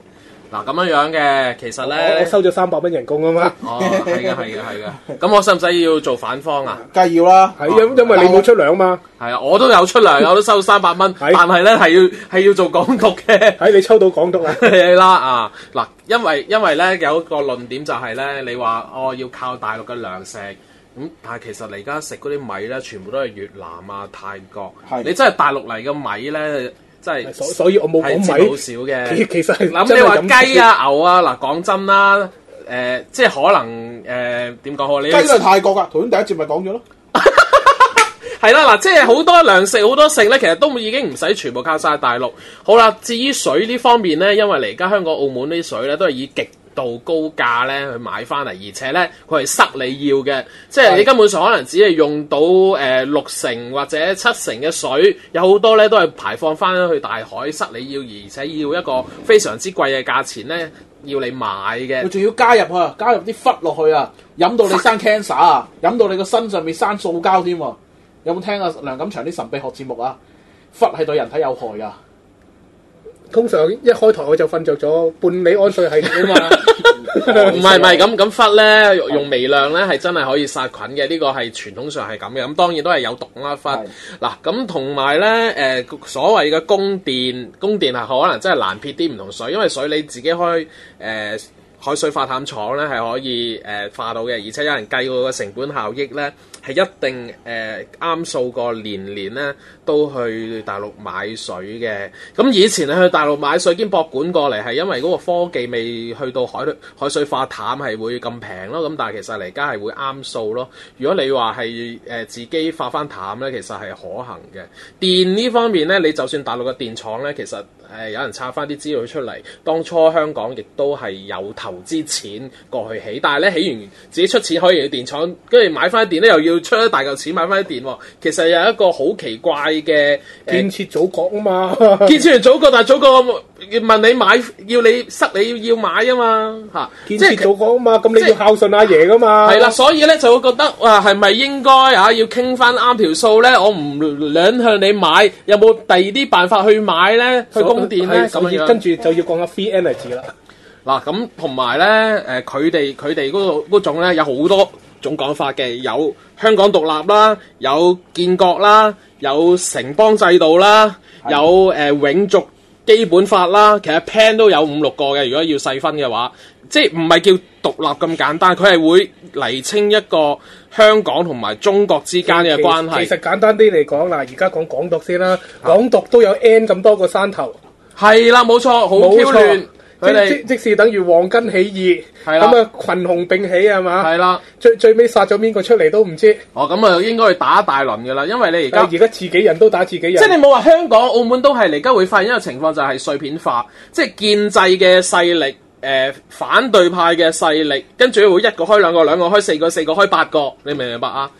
Speaker 4: 嗱咁樣樣嘅，其實
Speaker 3: 我我
Speaker 4: 咧，
Speaker 3: 收咗三百蚊人工啊嘛，
Speaker 4: 哦係嘅係嘅係嘅，咁我使唔使要做反方啊？
Speaker 1: 梗係要啦。
Speaker 3: 係因因為你冇出糧嘛，
Speaker 4: 係啊，我都有出糧，我都收三百蚊，但
Speaker 3: 係
Speaker 4: 係咧係要係要做港獨嘅。
Speaker 3: 喺你抽到港督啦，
Speaker 4: 係啦啊！嗱，因為因為咧有一個論點就係咧，你話哦要靠大陸嘅糧食，咁但係其實你而家食嗰啲米咧，全部都係越南啊、泰國
Speaker 1: 係，
Speaker 4: 你真係大陸嚟嘅米咧，真係
Speaker 3: 所所以我冇
Speaker 4: 係
Speaker 3: 講
Speaker 4: 佔好
Speaker 3: 米，
Speaker 4: 少
Speaker 3: 其
Speaker 4: 嘅。
Speaker 3: 其實係
Speaker 4: 諗
Speaker 3: 真
Speaker 4: 你
Speaker 3: 係
Speaker 4: 話
Speaker 3: 咁
Speaker 4: 雞，啊、牛啊，嗱講真啦，誒即係可能誒點講好？啊你
Speaker 1: 雞都係泰國噶，頭先第一節咪講咗咯。
Speaker 4: 係啦，嗱，即係好多糧食好多剩咧，其實都已經唔使全部靠晒大陸。好啦，至於水呢方面咧，因為嚟而家香港、澳門啲水咧都係以極度高價咧去買翻嚟，而且咧佢係塞你要嘅，即係你根本上可能只係用到誒、呃六成或者七成嘅水，有好多咧都係排放翻去大海塞你要，而且要一個非常之貴嘅價錢咧要你買
Speaker 1: 佢
Speaker 4: 嘅。
Speaker 1: 仲要加入啊，加入啲忽落去啊，飲到 你生 cancer 啊，飲到你個身上面生塑膠添喎。有冇聽啊梁錦祥啲神秘學節目啊？忽係對人體有害啊 噶，
Speaker 3: 通常一開台我就瞓着咗，伴你安睡系統 啊嘛，
Speaker 4: 唔係唔係咁咁忽咧，用用微量咧係真係可以殺菌嘅，呢個係傳統上係咁嘅。咁當然都係有毒啦忽。
Speaker 1: 係
Speaker 4: 嗱咁同埋咧誒所謂嘅供電，供電係可能真係難撇啲唔同水，因為水你自己開誒。呃海水化淡廠咧係可以誒、呃化到嘅，而且有人計過個成本效益咧係一定誒啱數過年年咧都去大陸買水嘅。咁以前你去大陸買水兼博管過嚟係因為嗰個科技未去到海海水化淡係會咁平咯。咁但係其實嚟家係會啱數咯。如果你話係誒自己化翻淡咧，其實係可行嘅。電呢方面咧，你就算大陸嘅電廠咧，其實誒、呃有人拆翻啲資料出嚟，當初香港亦都係有投資錢過去起，但係咧起完自己出錢可以去電廠，跟住買翻電咧又要出一大嚿錢買翻啲電喎。其實有一個好奇怪嘅誒
Speaker 3: 建設祖國啊嘛，
Speaker 4: 建設完祖國，但係祖國問你買，要你塞你要買啊嘛嚇，
Speaker 3: 建
Speaker 4: 即係
Speaker 3: 設祖國啊嘛，咁
Speaker 4: 即
Speaker 3: 你
Speaker 4: 係
Speaker 3: 要孝順阿爺噶嘛，
Speaker 4: 係啦，所以咧就會覺得哇，係咪應該啊要傾翻啱條數咧？我唔兩向你買，有冇第二啲辦法去買咧？去供電咧
Speaker 3: 係
Speaker 4: 咁
Speaker 3: 所以
Speaker 4: 樣。
Speaker 3: 跟住就要講下 free energy 啦。
Speaker 4: 嗱咁同埋咧，誒佢哋佢哋嗰度嗰種咧有好多種講法嘅，有香港獨立啦，有建國啦，有城邦制度啦，有誒、呃永續基本法啦，其實 plan 都有五六個嘅，如果要細分嘅話，即係唔係叫獨立咁簡單，佢係會釐清一個香港同埋中國之間嘅關
Speaker 3: 其其實
Speaker 4: 係。
Speaker 3: 簡單啲嚟講，嗱，而家講港獨先啦，港獨都有 N 咁多個山頭，
Speaker 4: 係啦，冇錯，好
Speaker 3: 冇
Speaker 4: Q
Speaker 3: 錯
Speaker 4: 亂，佢
Speaker 3: 即即
Speaker 4: 哋
Speaker 3: 即是等於黃巾起義，
Speaker 4: 係啦
Speaker 3: 咁啊群雄並起係嘛，
Speaker 4: 係啦。
Speaker 3: 最最尾殺咗邊個出嚟都唔知，
Speaker 4: 哦，咁啊應該去打大輪嘅啦，因為你而
Speaker 3: 但
Speaker 4: 家
Speaker 3: 係而家自己人都打自己人，
Speaker 4: 即係你冇話香港、澳門都係，你而家會發現一個情況就係碎片化，即係建制嘅勢力誒反對派嘅勢力，跟住會一個開兩個，兩個開四個，四個開八個，你明唔明白啊？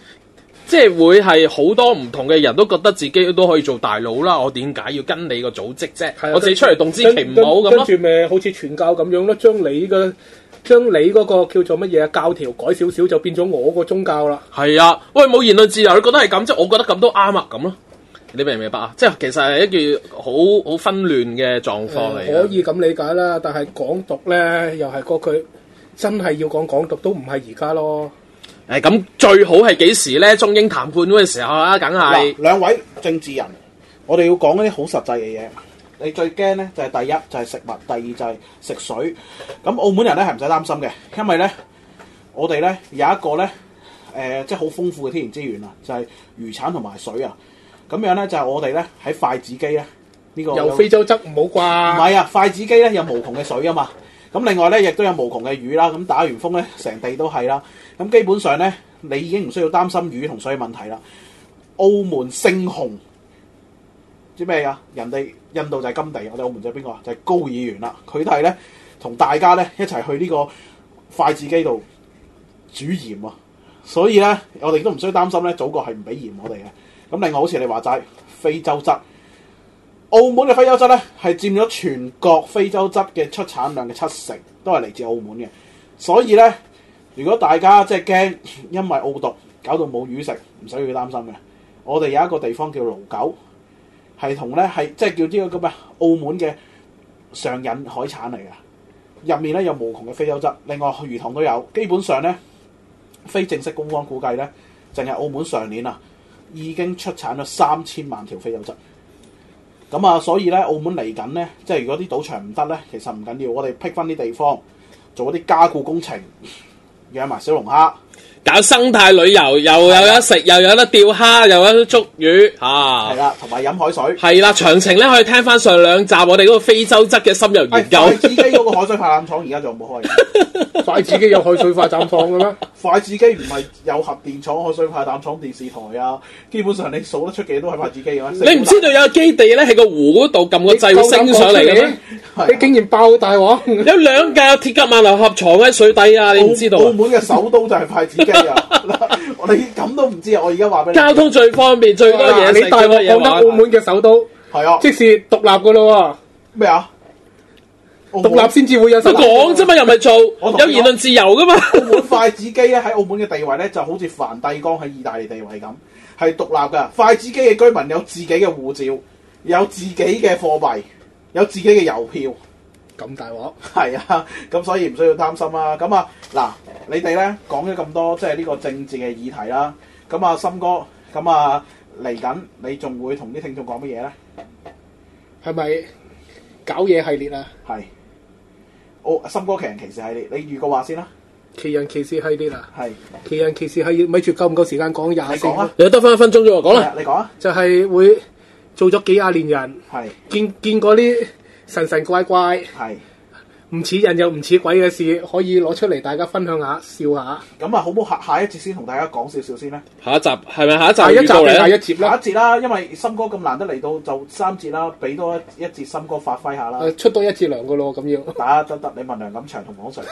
Speaker 4: 即係會係好多唔同嘅人都覺得自己都可以做大佬啦，我點解要跟你個組織啫？
Speaker 3: 係啊
Speaker 4: 我自己出嚟動之其
Speaker 3: 跟
Speaker 4: 唔好咁
Speaker 3: 跟
Speaker 4: 咯
Speaker 3: 跟。住咪好似傳教咁樣咯，將你嘅將你嗰個叫做乜嘢啊教條改少少，就變咗我個宗教啦。
Speaker 4: 係啊，喂，冇言論自由，你覺得係咁，即係我覺得咁都啱啊，咁咯。你明唔明白啊？即係其實係一件好好紛亂嘅狀況嚟
Speaker 3: 可
Speaker 4: 嘅。
Speaker 3: 以咁理解啦，但係港獨咧又係嗰句，真係要講港獨都唔係而家咯。
Speaker 4: 誒咁、最好係幾時咧？中英談判嗰陣時候啦，梗係
Speaker 1: 嗱，兩位政治人，我哋要講一啲好實際嘅嘢。你最驚咧就係、第一就係、食物，第二就係食水。咁澳門人咧係唔使擔心嘅，因為咧我哋咧有一個咧誒、呃即係好豐富嘅天然資源啊，就係、漁產同埋水啊。咁樣咧就係、我哋咧喺筷子基咧呢、
Speaker 4: 哦
Speaker 1: 個
Speaker 3: 由非洲側唔
Speaker 1: 唔
Speaker 3: 好啩？
Speaker 1: 係啊，筷子基咧有無窮嘅水啊嘛。咁另外咧，亦都有無窮嘅魚啦。咁打完風咧，成地都係啦。咁基本上咧，你已經唔需要擔心魚同水嘅問題啦。澳門聖雄知咩啊？人哋印度就係金地，我哋澳門就係邊個啊？就係、高議員啦。佢哋係咧同大家咧一齊去呢個筷子基度煮鹽啊。所以咧，我哋都唔需要擔心咧，祖國係唔俾鹽我哋嘅。咁另外，好似你話齋非洲質。澳門嘅非洲質咧係佔咗全國非洲質嘅出產量嘅七成，都係嚟自澳門嘅。所以咧，如果大家即係驚因為澳獨搞到冇魚食，唔使要擔心嘅。我哋有一個地方叫盧九，係同咧係即係叫呢個咁嘅澳門嘅上引海產嚟嘅，入面咧有無窮嘅非洲質，另外魚塘都有。基本上咧，非正式官方估計咧，淨係澳門上年啊已經出產咗三千萬條非洲質。咁啊，所以咧，澳門嚟緊咧，即係如果啲賭場唔得咧，其實唔緊要，我哋辟翻啲地方做一啲加固工程，養埋小龍蝦。
Speaker 4: 啊搞生態旅遊，又有得食，又有得釣蝦，又有得捉魚
Speaker 1: 係
Speaker 4: 啊！
Speaker 1: 啦，同埋飲海 水。
Speaker 4: 係啦，詳情咧可以聽翻上兩集我哋嗰個非洲質嘅深入
Speaker 1: 喂
Speaker 4: 研
Speaker 1: 筷子
Speaker 4: 究。
Speaker 1: 基嗰個海水化冷廠而家仲有冇開？
Speaker 3: 筷子基有海水化綻放嘅 咩？
Speaker 1: 筷子基唔係有核電廠、海水化冷廠、電視台啊，基本上你數得出嘅都係筷子基嘅。
Speaker 4: 你唔知道有個基地咧喺個湖嗰度撳個掣會升上嚟嘅咩？啊
Speaker 1: 係
Speaker 3: 你竟然爆大王！
Speaker 4: 有兩架鐵甲萬能合藏喺水底啊！你唔知道啊
Speaker 1: 澳澳門嘅首都就係筷子基啊！ 我哋咁都唔知啊！我而家話俾 你，
Speaker 4: 交通最方便，最多嘢食，
Speaker 3: 你大
Speaker 4: 最多
Speaker 3: 鑊
Speaker 4: 嘢
Speaker 3: 講得
Speaker 4: 玩
Speaker 3: 澳。門嘅首都，
Speaker 1: 係啊，
Speaker 3: 即是獨立嘅咯
Speaker 1: 咩啊？
Speaker 3: 喎，
Speaker 1: 獨
Speaker 3: 獨立先至會有首
Speaker 4: 哦都
Speaker 3: 都。
Speaker 4: 講啫嘛，又唔係
Speaker 1: 我
Speaker 4: 做，
Speaker 1: 同你
Speaker 4: 有言論自由噶嘛。
Speaker 1: 澳門筷子基咧喺澳門嘅地位咧，就好似梵蒂岡喺意大利地位咁，係獨立㗎。筷子基嘅居民有自己嘅護照，有自己嘅貨幣，有自己嘅郵票，
Speaker 3: 咁大鑊，
Speaker 1: 係啊， 咁所以唔需要擔心啦。咁啊，嗱，你哋咧講咗咁多即係呢個政治嘅議題啦，咁啊，森哥，咁啊嚟緊你仲會同啲聽眾講乜嘢咧？
Speaker 3: 係咪搞嘢系列啊？
Speaker 1: 係，澳森哥騎人騎士系列，你預告話先啦，
Speaker 3: 奇人奇事系列啊？
Speaker 1: 係，
Speaker 3: 奇人奇事系列，咪住夠唔夠時間講廿
Speaker 1: 你
Speaker 3: 四
Speaker 1: 講啊？，
Speaker 4: 你得翻一分鐘啫喎，講
Speaker 1: 係
Speaker 4: 啦
Speaker 1: 啊。你講啊，
Speaker 3: 就係會做咗幾廿年人，
Speaker 1: 係
Speaker 3: 見見過啲神神怪怪、
Speaker 1: 係。
Speaker 3: 唔似人又唔似鬼嘅事，可以攞出嚟大家分享下、笑下。
Speaker 1: 咁啊，好唔好下下一節先同大家講少少先咧？
Speaker 4: 下一集係咪下一集
Speaker 3: 下一集
Speaker 4: 預告
Speaker 3: 定
Speaker 4: 嚟
Speaker 3: 下一
Speaker 4: 啊？
Speaker 3: 節
Speaker 1: 下
Speaker 3: 啦
Speaker 1: 一？節啦，因為森哥咁難得嚟到就三節啦，俾多一一節森哥發揮下啦。
Speaker 3: 誒啊出多一節糧嘅咯，咁要。
Speaker 1: 打得得，你問梁錦祥同黃 Sir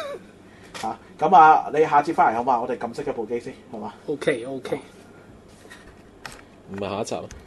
Speaker 1: 嚇。咁啊，你下節翻嚟好嘛？我哋撳熄咗部機先，好嘛？
Speaker 3: OK OK。
Speaker 4: 唔係下一集啊。